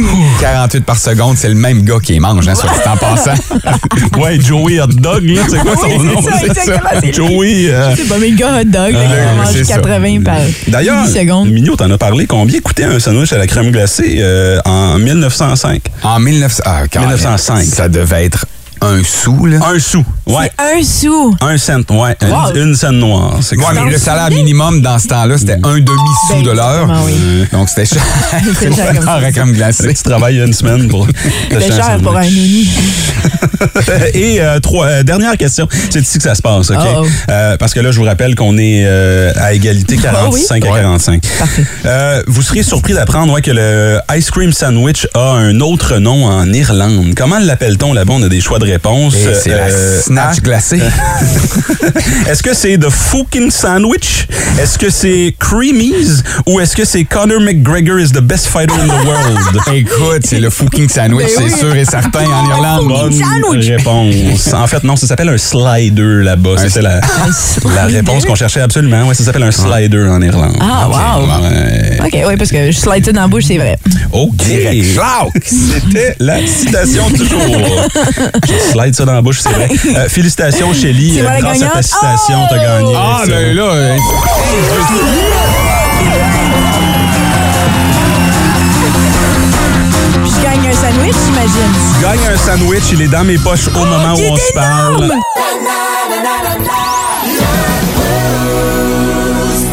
S4: 48 par seconde, c'est le même gars qui les mange, hein, soit dit en passant.
S7: Ouais, Joey Hot Dog, là, c'est quoi son
S5: Oui,
S7: nom?
S5: c'est ça, exactement, c'est lui.
S7: Joey. euh,
S5: C'est pas mes gars hot dog, là,
S7: euh,
S5: qui
S7: c'est
S5: mangent
S7: ça.
S5: 80 par
S7: D'ailleurs,
S5: 10 secondes.
S7: Mignot, t'en as parlé. Combien coûtait un sandwich à la crème glacée euh, en 1905?
S4: En 1900, ah, quand même,
S7: 1905.
S4: ça devait être un sou, là.
S7: Un sou. Ouais.
S5: Un sou.
S7: Un cent, ouais. Une-
S5: Wow.
S7: Une, scène noire. C'est
S4: Ouais,
S7: quand
S4: mais
S7: même-
S4: le salaire minimum dans ce temps-là, c'était un demi-sou
S5: Ben,
S4: de l'heure.
S5: exactement, oui.
S4: Euh, Donc, c'était cher.
S5: C'est cher comme
S4: Dans la crème glacée.
S7: Tu travailles une semaine pour. t'acheter
S5: C'est
S7: un
S5: cher pour un
S7: sandwich.
S5: mini.
S7: Et euh, trois, euh, dernière question. C'est ici que ça se passe, OK?
S5: Oh, oh.
S7: Euh, parce que là, je vous rappelle qu'on est euh, à égalité 45
S5: Ah oui?
S7: à 45. Euh, vous serez surpris d'apprendre ouais, que le ice cream sandwich a un autre nom en Irlande. Comment l'appelle-t-on là-bas? On a des choix de réponse.
S4: Et C'est
S7: Euh,
S4: la snatch
S7: A.
S4: glacée.
S7: Est-ce que c'est The Fucking Sandwich? Est-ce que c'est Creamies? Ou est-ce que c'est Conor McGregor is the best fighter in the world?
S4: Écoute, c'est le fucking sandwich,
S5: Ben
S4: c'est
S5: oui.
S4: sûr et certain, en Irlande.
S7: Bonne
S5: sandwich.
S7: réponse. En fait, non, ça s'appelle un slider là-bas. C'était la, la réponse qu'on cherchait absolument. Ouais, ça s'appelle un slider en Irlande.
S5: Ah, wow.
S7: Ouais.
S5: OK, oui, parce que je slide ça dans la bouche, c'est vrai.
S7: OK. C'était la citation du jour. Je slide ça dans la bouche, c'est vrai. Euh, félicitations, Shelly.
S5: C'est moi la
S7: Grâce à ta
S5: gagnante? Oh!
S7: citation, t'as gagné.
S4: Ah,
S7: Excellent.
S4: ben là, euh,
S5: Puis je gagne un sandwich, j'imagine.
S7: gagne un sandwich, il est dans mes poches
S5: Oh,
S7: au moment où
S5: il est
S7: on se parle.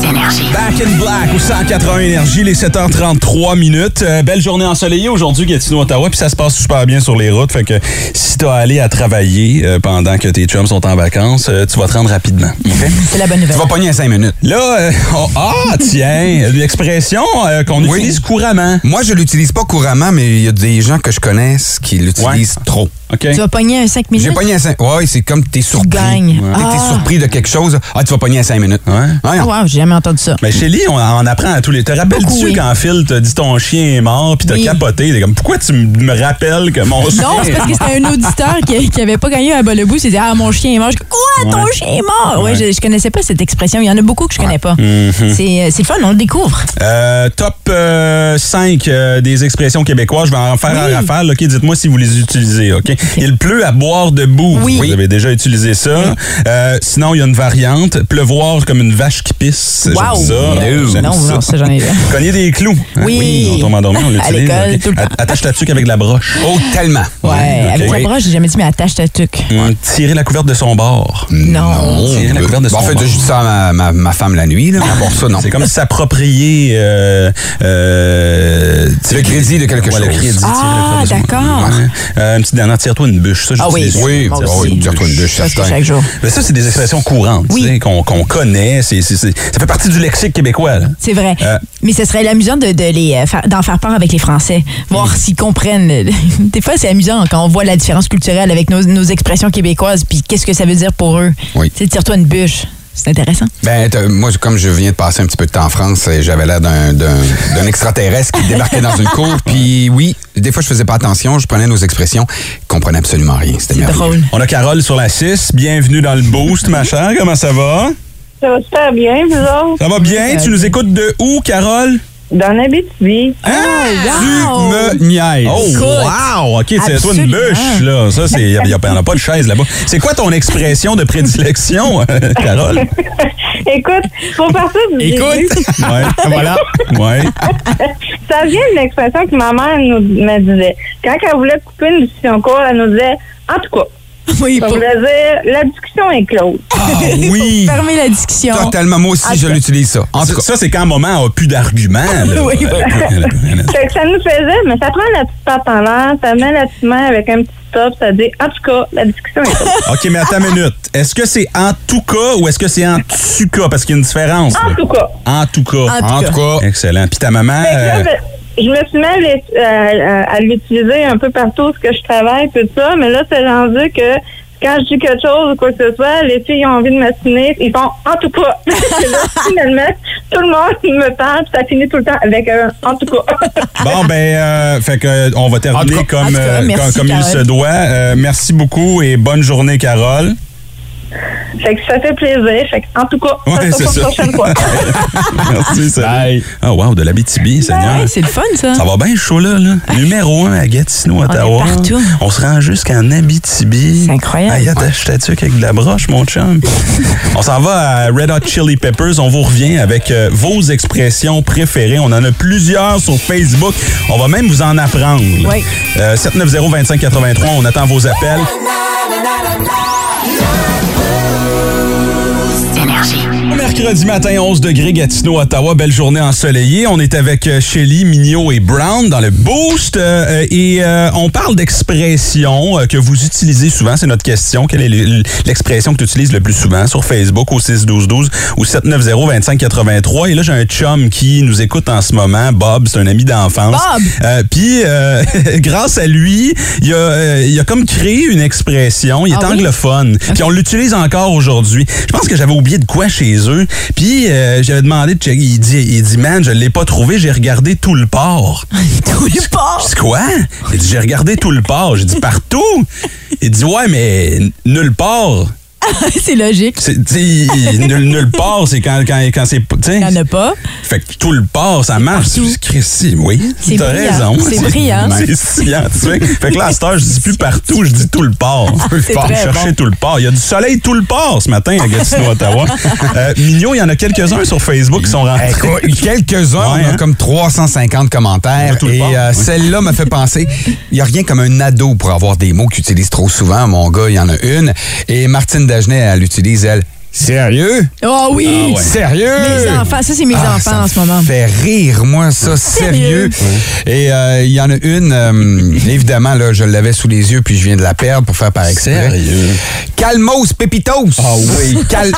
S2: Énergie. Énergie.
S6: Back in Black au 180 Énergie, les 7h33 minutes. Euh, belle journée ensoleillée aujourd'hui, Gatineau, Ottawa, puis ça se passe super bien sur les routes. Fait que si t'as à aller à travailler euh, pendant que tes chums sont en vacances, euh, tu vas te rendre rapidement.
S5: C'est la bonne
S7: Tu
S5: nouvelle.
S7: vas pogner à 5 minutes.
S6: Là, euh, on- ah tiens, une expression euh, qu'on
S7: Oui.
S6: utilise couramment.
S7: Moi, je l'utilise pas couramment, mais il y a des gens que je connaisse qui l'utilisent trop.
S6: Ok.
S5: Tu vas pogner un 5 minutes.
S7: J'ai pogné à 5 Ouais, c'est comme t'es surpris.
S5: gagnes.
S7: T'es- T'es
S5: Ah.
S7: surpris de quelque chose. Ah, tu vas pogner à 5 minutes. Ouais.
S5: Ah,
S7: non.
S5: wow, j'ai jamais entendu ça.
S6: Mais Shelly, Ben, on en apprend à tous les. Te rappelles-tu
S5: Beaucoup, oui.
S6: quand Phil t'a dit ton chien est mort puis t'as
S5: Oui.
S6: capoté? T'es comme, pourquoi tu m- me rappelles que mon chien.
S5: Non, c'est parce que c'était un auditeur qui, qui avait pas gagné un bas le bout. Il s'est dit Ah, mon chien est mort. Je dis, Quoi, ton
S6: Ouais.
S5: chien est mort? Ouais,
S6: Ouais.
S5: je, je connaissais pas cette expression. Il y en a beaucoup que je connais pas.
S7: Mm-hmm.
S5: C'est euh, c'est le fun, on le découvre.
S6: Euh, top 5 des expressions québésoises. Je vais en faire
S5: Oui.
S6: un rafale. OK, dites-moi si vous les utilisez. OK. Il pleut à boire debout.
S5: Oui.
S6: Vous avez déjà utilisé ça. Euh, sinon, il y a une variante. Pleuvoir comme une vache qui pisse.
S5: Wow.
S6: J'aime ça. J'aime
S5: Non,
S6: ça.
S5: non, ça, j'en ai
S6: Cogner des clous. Hein?
S5: Oui.
S6: On tombe endormi, on
S5: À
S6: l'utilise.
S5: l'école,
S6: OK.
S5: tout le temps.
S6: At- Attache ta tuque avec la broche.
S7: Oh, tellement.
S5: Ouais,
S6: ok.
S5: avec la
S6: Oui.
S5: broche, j'ai jamais dit, mais attache ta tuque.
S6: Hum, Tirer la couverte de son bord.
S5: Non.
S6: Tirer la couverte de son
S7: Bon, en fait,
S6: bord.
S7: je dis ça à ma, ma- ma femme la nuit, là, mais à part ça, non.
S6: C'est comme s'approprier euh, euh,
S7: Le crédit de quelque
S6: Ouais, le
S7: chose.
S6: crédit, tirer
S5: Ah,
S6: le crédit.
S5: d'accord.
S6: Ouais. Euh, une petite dernière, tire-toi une bûche. Ça,
S5: Ah oui,
S6: j'utilise
S5: oui,
S6: souvent,
S5: moi
S6: ça.
S5: aussi.
S6: Une
S7: bah Tire-toi une bûche, ça
S5: Parce
S7: se
S5: que
S7: tient.
S5: chaque jour.
S6: Mais ça, c'est des expressions courantes,
S5: Oui.
S6: tu sais, qu'on qu'on connaît. C'est- c'est- c'est- ça fait partie du lexique québécois. là.
S5: C'est vrai.
S6: Euh,
S5: Mais ce serait amusant de, de les euh, faire- d'en faire part avec les Français,
S6: Mm.
S5: voir s'ils comprennent. Des fois, c'est amusant quand on voit la différence culturelle avec nos, nos expressions québécoises, puis qu'est-ce que ça veut dire pour eux.
S7: Oui.
S5: Tu sais, tire-toi une bûche. C'est intéressant.
S7: Ben, t'as- moi, comme je viens de passer un petit peu de temps en France, euh, j'avais l'air d'un- d'un d'un extraterrestre qui débarquait dans une cour. Puis oui, des fois, je faisais pas attention, je prenais nos expressions, je comprenais absolument rien. C'était
S5: C'est
S7: merveilleux.
S5: drôle.
S6: on a Carole sur la 6. Bienvenue dans le Boost, ma chère. Comment ça va?
S11: Ça va super bien, vous autres.
S6: Ça va bien? Tu nous écoutes de où, Carole? Ah!
S11: Dans l'Abitibi.
S5: Ah! Wow!
S7: Tu me niaises.
S6: Oh,
S5: Écoute.
S6: wow! OK, c'est toi une
S5: Absolument.
S6: bûche, là. Ça, c'est. Il n'y en a pas de chaise là-bas. C'est quoi ton expression de prédilection, euh, Carole?
S11: Écoute, faut partir du début.
S6: Ouais, voilà. Ouais.
S11: Ça vient d'une expression que ma mère nous me disait. Quand elle voulait couper une discussion courte, elle nous disait En tout cas,
S5: Oui,
S11: ça
S5: pour
S11: voulait dire la discussion est close.
S7: Ah oui!
S5: fermer la discussion.
S7: Totalement, moi
S5: En
S7: aussi,
S5: tout
S7: je
S5: cas.
S7: l'utilise ça. En tout cas,
S6: Ça, c'est quand maman a plus d'arguments. là.
S5: Oui, oui.
S11: Fait que ça nous faisait, mais ça prend la petite patte en l'air, ça met la petite main avec un petit stop, ça dit En tout cas, la discussion est close.
S6: OK, mais attends une minute. Est-ce que c'est en tout cas ou est-ce que c'est en tout cas? Parce qu'il y a une différence.
S11: En
S6: là.
S11: tout cas.
S6: En tout cas.
S7: en tout cas,
S6: Excellent. Puis ta maman.
S11: Fait que là,
S6: euh,
S11: je je me suis mis à l'ut- euh, à, à l'utiliser un peu partout ce que je travaille, tout ça, mais là, c'est rendu que quand je dis quelque chose ou quoi que ce soit, les filles ont envie de m'assiner, ils font en tout cas. Et là, finalement, tout le monde me parle, puis ça finit tout le temps avec un en tout cas.
S6: Bon, ben, euh, fait que, euh, on va terminer
S5: En tout cas- en
S6: comme,
S5: tout cas,
S6: euh,
S5: merci,
S6: comme, comme il
S5: Carole.
S6: se doit. Euh, merci beaucoup et bonne journée, Carole.
S11: fait que ça fait plaisir. Fait que en tout cas,
S6: Ouais,
S11: ça se
S6: c'est
S11: passe
S6: ça.
S11: la prochaine fois.
S6: Merci, salut. Ah, wow, de la BTB, Seigneur.
S5: Ouais, c'est le fun, ça.
S6: Ça va bien chaud là, là. Numéro 1 à Gatineau, Ottawa.
S5: Hein? est partout.
S6: On se rend jusqu'en Abitibi.
S5: C'est incroyable.
S6: Aïe, attache ta tuque avec de la broche, mon chum. on s'en va à Red Hot Chili Peppers. On vous revient avec euh, vos expressions préférées. On en a plusieurs sur Facebook. On va même vous en apprendre.
S5: Oui.
S6: Euh, 790-2583, on attend vos appels.
S2: Énergie.
S6: Mercredi matin, 11 degrés, Gatineau, Ottawa. Belle journée ensoleillée. On est avec euh, Shelly, Mignot et Brown dans le Boost. euh, euh, et euh, on parle d'expressions euh, que vous utilisez souvent. C'est notre question. Quelle est le- l'expression que tu utilises le plus souvent sur Facebook au 61212 ou 790-2583? Et là, j'ai un chum qui nous écoute en ce moment. Bob, c'est un ami d'enfance.
S5: Bob!
S6: Euh, Puis, euh, grâce à lui, il a, euh, il a comme créé une expression. Il est
S5: Ah oui?
S6: anglophone. Puis on l'utilise encore aujourd'hui. Je pense que j'avais oublié de quoi chez eux. Puis euh, j'avais demandé de checker. Il dit, il dit, man, je l'ai pas trouvé. J'ai regardé tout le port.
S5: Tout le
S6: Je
S5: port.
S6: dis, quoi? Il dit, j'ai regardé tout le port. J'ai dit, partout? Il dit, ouais, mais nulle part.
S5: c'est logique.
S6: C'est- tu sais, il- nulle, nulle part, c'est quand, quand, quand c'est... tu sais.
S5: Il n'y en a pas.
S6: Fait que tout le port, ça marche.
S5: partout.
S6: Christy, oui.
S5: C'est
S6: T'as
S5: brillant.
S6: raison.
S5: C'est brillant.
S6: C'est scientifique. Fait que là, à cette heure, je dis plus partout, je dis tout le port.
S5: C'est très
S6: Chercher
S5: bon. Ah.
S6: tout le port. Il y a du soleil tout le port ce matin à Gatineau, Ottawa. Euh, Mignot, il y en a quelques-uns sur Facebook qui sont rentrés.
S7: Écoute, Quelques-uns,
S6: Ouais,
S7: on a
S6: hein?
S7: comme 350 commentaires.
S6: Tout le
S7: et
S6: bord,
S7: euh,
S6: oui.
S7: celle-là m'a fait penser, il n'y a rien comme un ado pour avoir des mots qu'il utilise trop souvent. Mon gars, il y en a une. Et Martine Dagenet, elle utilise, elle,
S6: Sérieux?
S5: Oh oui!
S6: Ah ouais. Sérieux?
S5: Mes enfants, ça c'est mes
S6: Ah,
S5: enfants
S6: ça
S5: en ce moment.
S6: me fait rire, moi, ça, sérieux.
S5: Sérieux?
S6: Et euh, il y en a une, euh, évidemment, là, je l'avais sous les yeux, puis je viens de la perdre pour faire par exprès.
S7: Sérieux?
S6: Calmos Pepitos.
S7: Ah oui.
S6: Cal-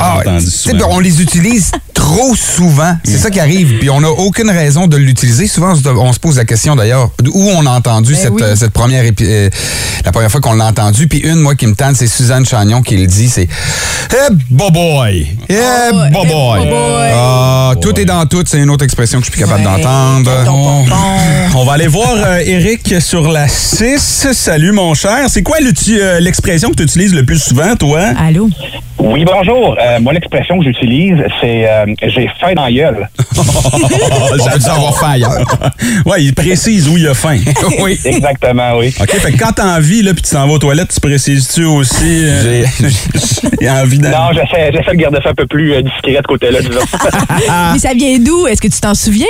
S6: Ah,
S7: entendu
S6: tu sais,
S7: souvent.
S6: on les utilise trop souvent. C'est ça qui arrive. Puis on n'a aucune raison de l'utiliser. Souvent, on se, on se pose la question d'ailleurs où on a entendu cette,
S5: Ben oui.
S6: euh, cette première épi- euh, la première fois qu'on l'a entendu. Puis une, moi, qui me tente, c'est Suzanne Chagnon qui le dit. C'est Eh, boboy! Eh,
S7: Euh,
S6: boboy!
S5: eh, boboy.
S6: Ah, tout est dans tout. C'est une autre expression que je suis plus capable
S5: Ouais,
S6: d'entendre.
S5: ton pompon.
S7: On va aller voir euh, Eric sur la 6. Salut, mon cher. C'est quoi l'uti- euh, l'expression que tu utilises le plus souvent, toi?
S5: Allô?
S9: Oui, bonjour. Euh, moi, l'expression que j'utilise, c'est euh, j'ai faim dans la gueule.
S6: On peut savoir faim ailleurs.
S7: ouais, il précise où il a faim.
S6: oui.
S9: Exactement, oui.
S7: OK, fait que quand t'as envie, là, puis tu t'en vas aux toilettes, tu précises-tu aussi... euh, J'ai envie d'aller...
S9: Non, j'essaie, j'essaie de garder ça un peu plus euh, discret de côté-là, disons.
S5: Mais ça vient d'où? Est-ce que tu t'en souviens?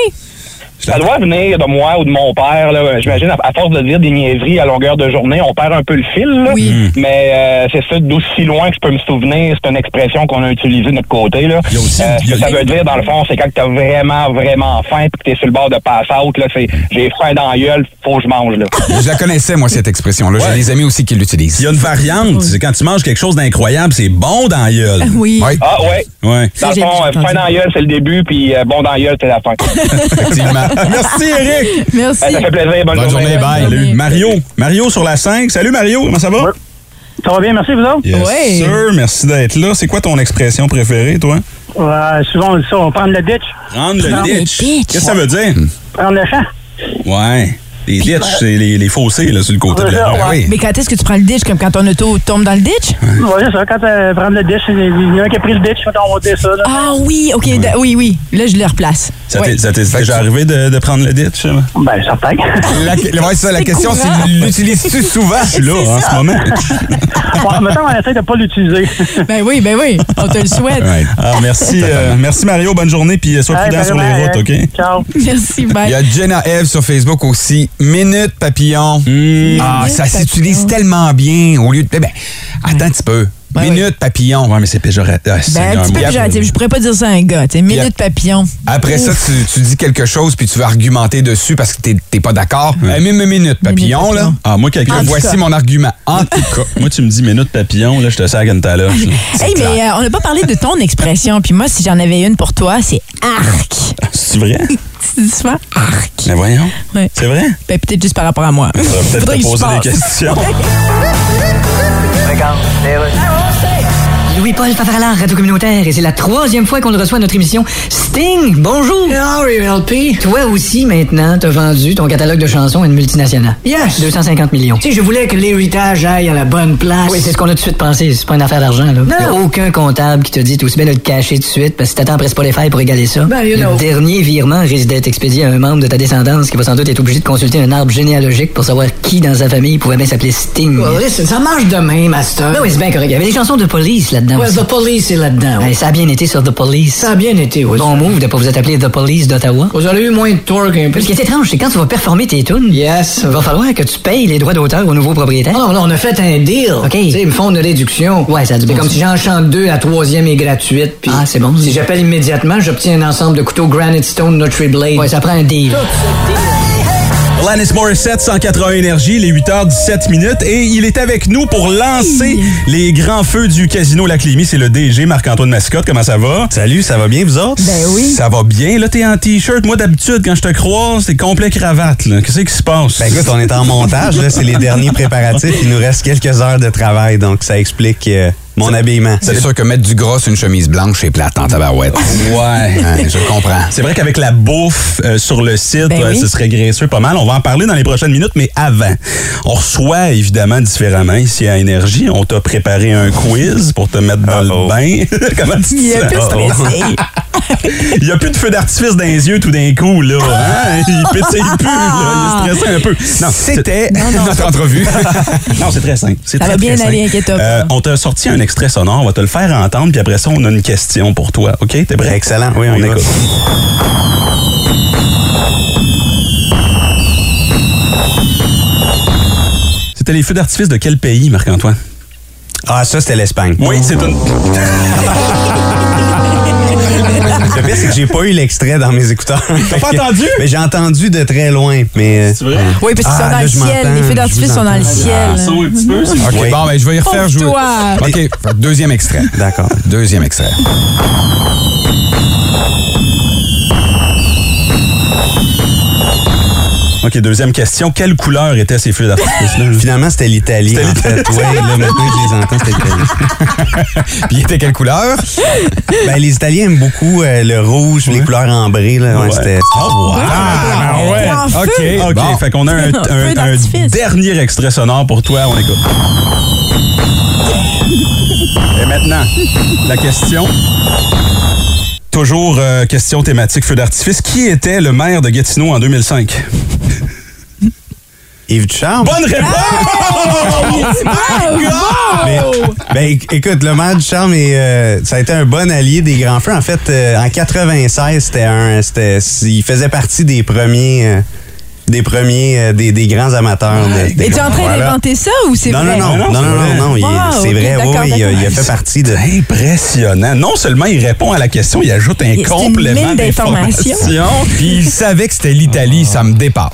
S9: ça doit venir de moi ou de mon père. là. J'imagine, à à force de dire des niaiseries à longueur de journée, on perd un peu le fil. là.
S5: Oui.
S7: Hmm.
S9: Mais euh, c'est ça, d'aussi loin que je peux me souvenir, c'est une expression qu'on a utilisée de notre côté. Là.
S7: Il y a aussi-
S9: Euh, ce
S7: il y a-
S9: que ça veut dire, dans le fond, c'est quand t'as vraiment, vraiment faim puis que t'es sur le bord de pass-out, là, c'est j'ai faim dans la gueule, faut que je mange. Là.
S6: Je la connaissais, moi, cette expression-là. J'ai
S7: Ouais.
S6: des amis aussi qui l'utilisent.
S7: Il y a une variante. C'est quand tu manges quelque chose d'incroyable, c'est bon dans la gueule.
S5: Oui.
S6: Ouais.
S9: Ah ouais.
S7: Ouais.
S9: Dans le
S5: J'ai-
S9: fond,
S5: j'ai
S9: euh, faim
S5: entendu.
S9: dans la gueule, c'est le début, puis euh, bon dans la gueule, c'est la fin.
S6: Effectivement.
S7: Merci, Eric.
S5: Merci.
S9: Ça fait plaisir. Bonne,
S6: Bonne journée, bye.
S7: Salut. Mario. Mario sur la 5. Salut, Mario. Comment ça va?
S9: Ça va bien, merci, vous autres?
S7: Yes,
S5: Ouais.
S7: sir. Merci d'être là. C'est quoi ton expression préférée, toi?
S9: souvent, on dit ça, on prend de la ditch,
S7: Prendre le
S5: Prendre le
S7: ditch.
S5: ditch.
S7: Qu'est-ce que ça veut dire?
S9: prendre le champ.
S7: Ouais. Les ditchs, c'est les, les fossés là, sur le côté de la
S6: Ah oui.
S5: Mais quand est-ce que tu prends le ditch? Comme quand ton auto tombe dans le ditch?
S9: Ouais, c'est ça, quand euh, prendre le ditch, il y en a un qui a pris le ditch, on va dire ça. Là.
S5: Ah oui, OK. d- Oui, oui. Là, je le replace.
S7: Ça
S5: Ouais.
S7: t'est ça t'est déjà arrivé de, de prendre le ditch? hein?
S11: Ah.
S9: Ben, certain.
S6: La, ouais, ça, la
S5: C'est
S6: question,
S5: courant.
S6: c'est l'utilises-tu souvent?
S7: Je suis là en ce moment.
S9: bon, maintenant, on essaie de ne pas l'utiliser.
S5: Ben oui, ben oui. On te le souhaite.
S6: Ouais.
S7: Ah, merci, euh, merci Mario. Bonne journée. Puis euh, sois prudent sur les
S5: hein.
S7: routes, OK?
S9: Ciao.
S5: Merci,
S6: Il y
S5: bye.
S6: a Jenna Eve sur Facebook aussi. Minute papillon.
S7: Hmm.
S6: Ah, ça
S5: Minute
S6: s'utilise
S5: papillon.
S6: tellement bien. Au lieu de. eh ben, attends un petit peu.
S5: Ouais,
S6: Minute papillon.
S7: Ouais, mais c'est péjoratif. Ah,
S5: Ben,
S7: Seigneur,
S5: un petit peu
S7: mon-
S5: péjoratif. Je pourrais pas dire ça à un gars. tu sais.
S6: Yep.
S5: Minute papillon.
S6: Après ça, tu, tu dis quelque chose puis tu veux argumenter dessus parce que t'es t'es pas d'accord. Eh, mais mais minute papillon, là.
S5: papillon.
S7: Ah, moi, quelqu'un.
S6: Que
S5: tout
S6: voici
S5: cas.
S6: mon argument. En tout cas.
S7: Moi, tu me dis minute papillon, là, je te sers une taloche. là.
S5: Hey, mais euh, on n'a pas parlé de ton expression. Puis moi, si j'en avais une pour toi, c'est arc.
S7: C'est vrai?
S5: Tu dis souvent arc.
S7: Mais voyons.
S5: Ouais.
S7: C'est vrai?
S5: Ben, peut-être juste par rapport à moi.
S7: On va peut-être
S5: Faudrait
S7: te
S5: que je
S7: poser
S5: passe.
S7: des questions.
S12: Louis-Paul Favaralard, Radio Communautaire, et c'est la troisième fois qu'on le reçoit à notre émission. Sting, bonjour! LP. Toi aussi, maintenant, t'as vendu ton catalogue de chansons à une multinationale. Yes! 250 millions. Tu sais, je voulais que l'héritage aille à la bonne place. Oui, c'est ce qu'on a tout de suite pensé. C'est pas une affaire d'argent, là. Non! Y a aucun comptable qui te dit t'es aussi bien de le cacher tout de suite, parce que si t'attends après Spotify pour égaler ça. Ben, you know. Le dernier virement risque d'être expédié à un membre de ta descendance qui va sans doute être obligé de consulter un arbre généalogique pour savoir qui dans sa famille pouvait bien s'appeler Sting. ça marche demain, Master. Ben oui, c'est bien correct. Il y avait des chansons de police là-dedans. Ouais, The Police est là-dedans. ça a bien été sur The Police. Ça a bien été, oui. Bon move de pas vous être appelé The Police d'Ottawa. Vous aurez eu moins de torque un peu. Ce qui est étrange, c'est quand tu vas performer tes tunes. Yes. Va falloir que tu payes les droits d'auteur au nouveau propriétaire. Non, non, on a fait un deal. OK. Tu sais, ils me font une réduction. Ouais, ça a du C'est comme si j'en chante deux, la troisième est gratuite. Puis ah, c'est bon. Si j'appelle immédiatement, j'obtiens un ensemble de couteaux Granite Stone Nutri Blade. Ouais, ça prend un deal.
S7: Alanis Morissette, 180 énergie, les 8h17 minutes. Et il est avec nous pour lancer les grands feux du casino La Clémy. C'est le DG Marc-Antoine Mascotte. Comment ça va? Salut, ça va bien, vous autres?
S5: Ben oui.
S7: Ça va bien. Là, t'es en T-shirt. Moi, d'habitude, quand je te croise, t'es complet cravate. là. Qu'est-ce qui se passe?
S13: Ben écoute, on est en montage, là, c'est les derniers préparatifs. Il nous reste quelques heures de travail, donc ça explique euh, mon habillement.
S6: C'est sûr que mettre du gras sur une chemise blanche, c'est plate en tabarouette.
S7: Ouais.
S6: Hein, je comprends.
S7: C'est vrai qu'avec la bouffe euh, sur le site,
S5: Ben
S7: euh,
S5: oui.
S7: ce serait graisseux pas mal. On va en parler dans les prochaines minutes, mais avant, on reçoit évidemment différemment ici à Énergie. On t'a préparé un quiz pour te mettre dans
S13: Uh-oh.
S7: le bain. Comment tu
S5: Il
S7: te
S5: est un
S7: sens?
S5: peu stressé.
S7: Il n'y a plus de feu d'artifice dans les yeux tout d'un coup, là. hein? Il pétille plus, là. Il est stressé un peu. Non,
S6: C'était
S5: non.
S6: notre entrevue.
S7: non, c'est très simple. C'est
S5: Ça
S7: très,
S5: va bien
S7: très
S5: aller,
S7: simple.
S5: inquiète-toi pas.
S7: Euh, on t'a sorti un extrait sonore, on va te le faire entendre, puis après ça, on a une question pour toi. OK? T'es prêt?
S13: Excellent, oui, on,
S7: On
S13: y va.
S7: écoute. C'était les feux d'artifice de quel pays, Marc-Antoine?
S6: Ah, ça, c'était l'Espagne.
S7: Oui, c'est une.
S6: Le pire, c'est que j'ai pas eu l'extrait dans mes écouteurs. T'as
S7: pas entendu?
S6: Mais j'ai entendu de très loin. Mais, euh, Ah,
S7: c'est vrai?
S5: Oui, parce qu'ils sont dans le ciel. Les feux d'artifice sont dans le ciel.
S7: un petit peu, c'est
S14: OK, bon, ben, je vais y refaire jouer.
S5: Pauvre-toi.
S14: OK, fait, deuxième extrait.
S6: D'accord.
S14: Deuxième extrait.
S7: OK, deuxième question. Quelle couleur étaient ces feux d'artifice-là?
S6: Finalement, c'était l'Italie,
S7: C'était
S6: en fait. Oui, là, maintenant que je les entends, c'était l'Italie.
S14: Puis, il était quelle couleur?
S6: Ben, les Italiens aiment beaucoup euh, le rouge, les couleurs ambrées. Là. Ouais,
S7: Ouais.
S6: c'était-
S7: Oh, wow! Ah, ben ouais!
S5: Un feu.
S7: OK, OK.
S14: Bon.
S7: Fait qu'on a un,
S5: Un
S7: un-
S5: feu
S7: un
S5: d'artifice.
S7: dernier extrait sonore pour toi. On écoute. Et maintenant, la question. Toujours euh, question thématique feu d'artifice. Qui était le maire de Gatineau en 2005?
S6: Yves Ducharme.
S7: Bonne réponse!
S5: Oh, Ah!
S6: Ah, Mais- ben, éc- écoute, le maire Ducharme, est, euh, ça a été un bon allié des grands feux. En fait, euh, en 96, c'était un, c'était- il faisait partie des premiers, euh, des premiers, euh, des, des grands amateurs. de- des
S5: Es-tu
S6: grands
S5: en
S6: feux.
S5: train
S6: Voilà.
S5: d'inventer ça ou c'est
S6: Non, non,
S5: vrai?
S6: non, non, non, non, non, il-
S5: Wow,
S6: c'est
S5: ok,
S6: vrai, oui,
S5: d'accord,
S6: oui, il, a-
S5: d'accord.
S6: il a fait partie de...
S7: C'est impressionnant. Non seulement il répond à la question, il ajoute un
S5: C'est une
S7: complément
S5: mine
S7: d'informations.
S5: d'informations.
S14: Puis, il savait que c'était l'Italie, ça me
S6: Ah,
S14: dépasse.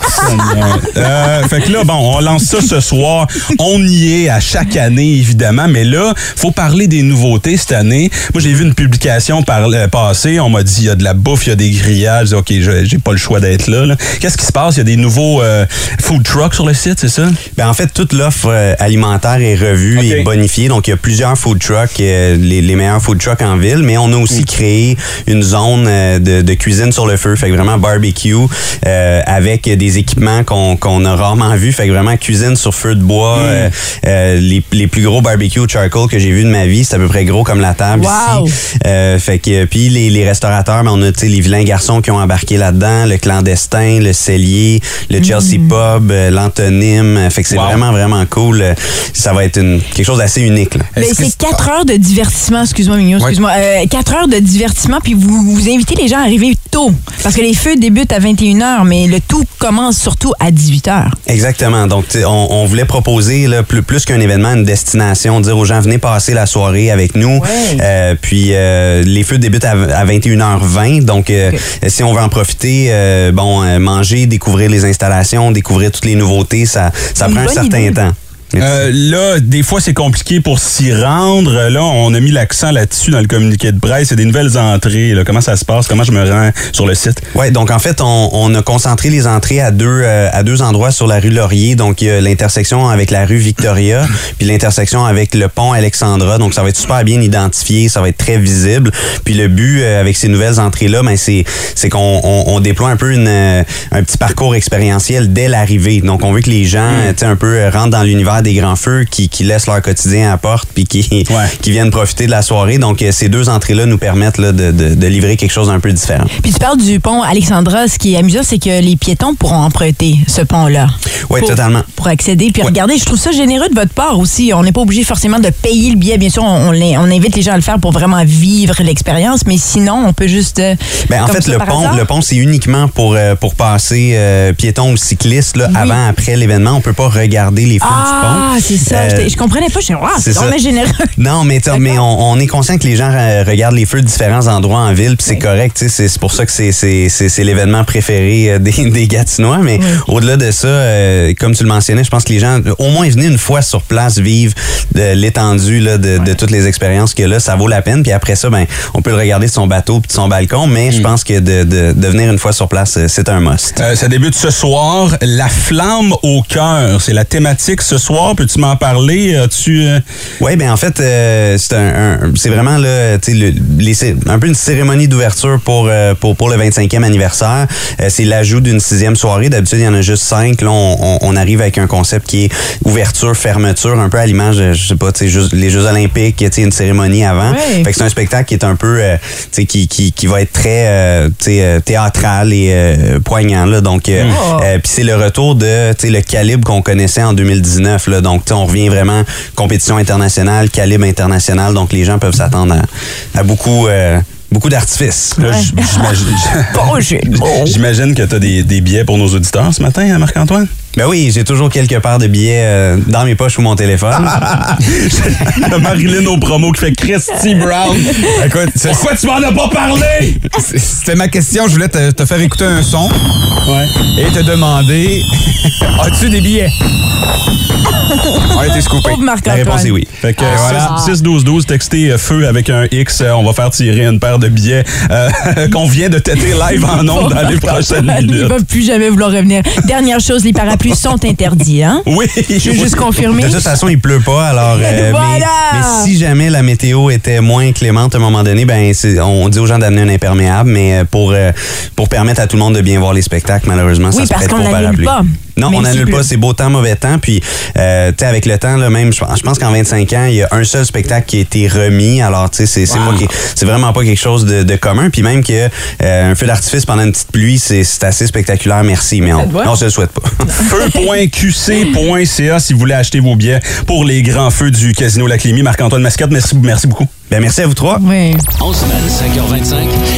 S7: Euh, fait que là, bon, on lance ça ce soir. On y est à chaque année, évidemment. Mais là, faut parler des nouveautés cette année. Moi, j'ai vu une publication par, euh, passer. On m'a dit, il y a de la bouffe, il y a des grillages. J'ai dit, OK, je- j'ai pas le choix d'être là. là. Qu'est-ce qui se passe? Il y a des nouveaux euh, food trucks sur le site, c'est ça?
S6: Ben, en fait, toute l'offre euh, alimentaire est revue
S7: Ok.
S6: et bonifiée. Donc, il y a plusieurs food trucks, euh, les, les meilleurs food trucks en ville, mais on a aussi créé une zone euh, de, de cuisine sur le feu. Fait que vraiment barbecue euh, avec des équipements qu'on qu'on a rarement vus. Fait que vraiment cuisine sur feu de bois. euh, euh, les, les plus gros barbecues au charcoal que j'ai vus de ma vie, c'est à peu près gros comme la table
S5: Wow.
S6: ici. Euh, fait que puis les, les restaurateurs, ben, on a tu sais, les vilains garçons qui ont embarqué là-dedans, le clandestin, le cellier, le Chelsea Pub, euh, l'antonyme. Euh, Fait que c'est
S7: Wow.
S6: vraiment vraiment cool. Euh, Ça va être une, quelque chose d'assez unique. là.
S5: Mais
S14: Est-ce que
S5: Ben, c'est 4 heures de divertissement, excuse-moi Mignon, excuse-moi. 4 heures de divertissement, puis vous, vous invitez les gens à arriver tôt. Parce que les feux débutent à 21h, mais le tout commence surtout à 18h.
S6: Exactement. Donc, tu sais, on, on voulait proposer là, plus, plus qu'un événement, une destination, dire aux gens, venez passer la soirée avec nous.
S5: Ouais.
S6: Euh, puis, euh, les feux débutent à, à 21h20. Donc, euh, si on veut en profiter, euh, bon, euh, manger, découvrir les installations, découvrir toutes les nouveautés, ça, ça
S5: Une
S6: prend un
S5: bonne
S6: certain
S5: idée.
S6: temps. Mais
S7: Euh, là, des fois, c'est compliqué pour s'y rendre. Euh, Là, on a mis l'accent là-dessus dans le communiqué de presse. C'est des nouvelles entrées. là. Comment ça se passe? Comment je me rends sur le site?
S6: Oui, donc en fait, on, on a concentré les entrées à deux euh, à deux endroits sur la rue Laurier. Donc, il y a l'intersection avec la rue Victoria, puis l'intersection avec le pont Alexandra. Donc, ça va être super bien identifié, ça va être très visible. Puis le but euh, avec ces nouvelles entrées-là, ben, c'est c'est qu'on on, on déploie un peu une, euh, un petit parcours expérientiel dès l'arrivée. Donc, on veut que les
S5: Hmm.
S6: gens, euh, tu sais, un peu euh, rentrent dans l'univers des grands feux, qui, qui laissent leur quotidien à la porte, puis qui,
S7: Ouais.
S6: qui viennent profiter de la soirée. Donc, euh, ces deux entrées-là nous permettent là, de, de, de livrer quelque chose d'un peu différent.
S5: Puis tu parles du pont Alexandra. Ce qui est amusant, c'est que les piétons pourront emprunter ce pont-là.
S6: Oui,
S5: Pour-
S6: totalement.
S5: Pour accéder. Puis regardez, je trouve ça généreux de votre part aussi. On n'est pas obligé forcément de payer le billet. Bien sûr, on, on l'in- on invite les gens à le faire pour vraiment vivre l'expérience, mais sinon, on peut juste. euh,
S6: Ben, en
S5: comme
S6: fait,
S5: ça,
S6: le
S5: par
S6: pont,
S5: hasard.
S6: le pont, c'est uniquement pour, euh, pour passer euh, piétons ou cyclistes là, avant, après l'événement. On peut pas regarder les feux
S5: Ah,
S6: du pont.
S5: c'est ça.
S6: Euh,
S5: J'étais- je comprenais pas. Je suis waouh,
S6: c'est
S5: c'est
S6: ça.
S5: vraiment généreux.
S6: non, mais, t'as- mais on, on est conscient que les gens euh, regardent les feux de différents endroits en ville, puis c'est correct. tu sais, C'est c'est pour ça que c'est- c'est c'est- c'est l'événement préféré euh, des, des Gatinois. Mais au-delà de ça, euh, comme tu le mentionnais, je pense que les gens, euh, au moins venez une fois sur place, vivre de l'étendue là, de, de toutes les expériences que là, ça vaut la peine. Puis après ça, ben, on peut le regarder de son bateau puis de son balcon. Mais je pense que de, de, de venir une fois sur place, euh, c'est un must.
S7: Euh, ça débute ce soir, La flamme au cœur. C'est la thématique ce soir. Peux-tu m'en parler? As-tu, euh,
S6: Oui, ben en fait, euh, c'est un, un- c'est vraiment là, tu sais, le- les cé- un peu une cérémonie d'ouverture pour, euh, pour pour le 25e anniversaire. Euh, c'est l'ajout d'une sixième soirée. D'habitude, il y en a juste cinq. Là, on, on- on arrive avec un concept qui est ouverture, fermeture, un peu à l'image, de, je sais pas, tu sais, Jeux- les Jeux Olympiques, tu sais, une cérémonie avant.
S5: Ouais.
S6: Fait que c'est un spectacle qui est un peu, euh, tu sais, qui, qui, qui va être très, euh, tu sais, euh, théâtral et euh, poignant là. Donc, euh,
S5: Oh.
S6: euh, puis c'est le retour de, tu sais, le calibre qu'on connaissait en 2019 là. Donc, tu sais, on revient vraiment compétition internationale, calibre international. Donc, les gens peuvent s'attendre à, à beaucoup, euh, beaucoup d'artifices.
S7: là, j- j'imagine,
S5: Bon, je-
S7: j'imagine que tu as des, des billets pour nos auditeurs ce matin, hein, Marc-Antoine?
S6: Ben oui, j'ai toujours quelque part de billets euh, dans mes poches ou mon téléphone.
S15: La Marilyn au promo qui fait Christy Brown.
S16: Écoute,
S15: Pourquoi tu m'en as pas parlé?
S16: C'était ma question. Je voulais te, te faire écouter un son et te demander as-tu des billets?
S15: On
S16: a été scoopés.
S5: Pauvre Marc-Antoine.
S15: La réponse est oui. Fait que,
S5: Ah.
S15: 6-12-12, textez euh, feu avec un X. euh, On va faire tirer une paire de billets euh, qu'on vient de têter live en ondes dans les prochaines
S5: Ils ne
S15: minutes.
S5: peuvent plus jamais vouloir revenir. Dernière chose, les parapluies sont interdits, hein?
S15: Oui.
S5: Je veux juste confirmer.
S6: De toute façon, il pleut pas, alors. euh, mais-
S5: Voilà!
S6: mais, si jamais la météo était moins clémente à un moment donné, ben c'est- on dit aux gens d'amener un imperméable, mais euh, pour, euh, pour permettre à tout le monde de bien voir les spectacles, malheureusement,
S5: Oui,
S6: ça se
S5: parce
S6: prête
S5: qu'on
S6: pas au
S5: n'annule
S6: parapluie.
S5: pas,
S6: Non,
S5: même
S6: on
S5: s'il
S6: n'annule pas,
S5: pleut.
S6: c'est beau temps, mauvais temps. Puis, euh, tu sais, avec le temps, là, même, je je pense qu'en 25 ans, il y a un seul spectacle qui a été remis. Alors, tu sais, c'est c'est moi qui- c'est vraiment pas quelque chose de, de commun. Puis même que euh, un feu d'artifice pendant une petite pluie, c'est c'est assez spectaculaire, merci, mais on, on se le souhaite pas.
S15: Feu.qc.ca si vous voulez acheter vos billets pour les grands feux du Casino La Clémie. Marc-Antoine Mascotte, merci, merci beaucoup.
S6: Ben, merci à vous trois.
S5: Oui.
S1: En semaine, 5h25,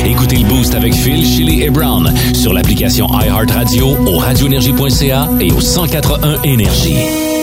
S1: écoutez le Boost avec Phil, Chili et Brown sur l'application iHeartRadio au radioénergie.ca et au 181 Énergie.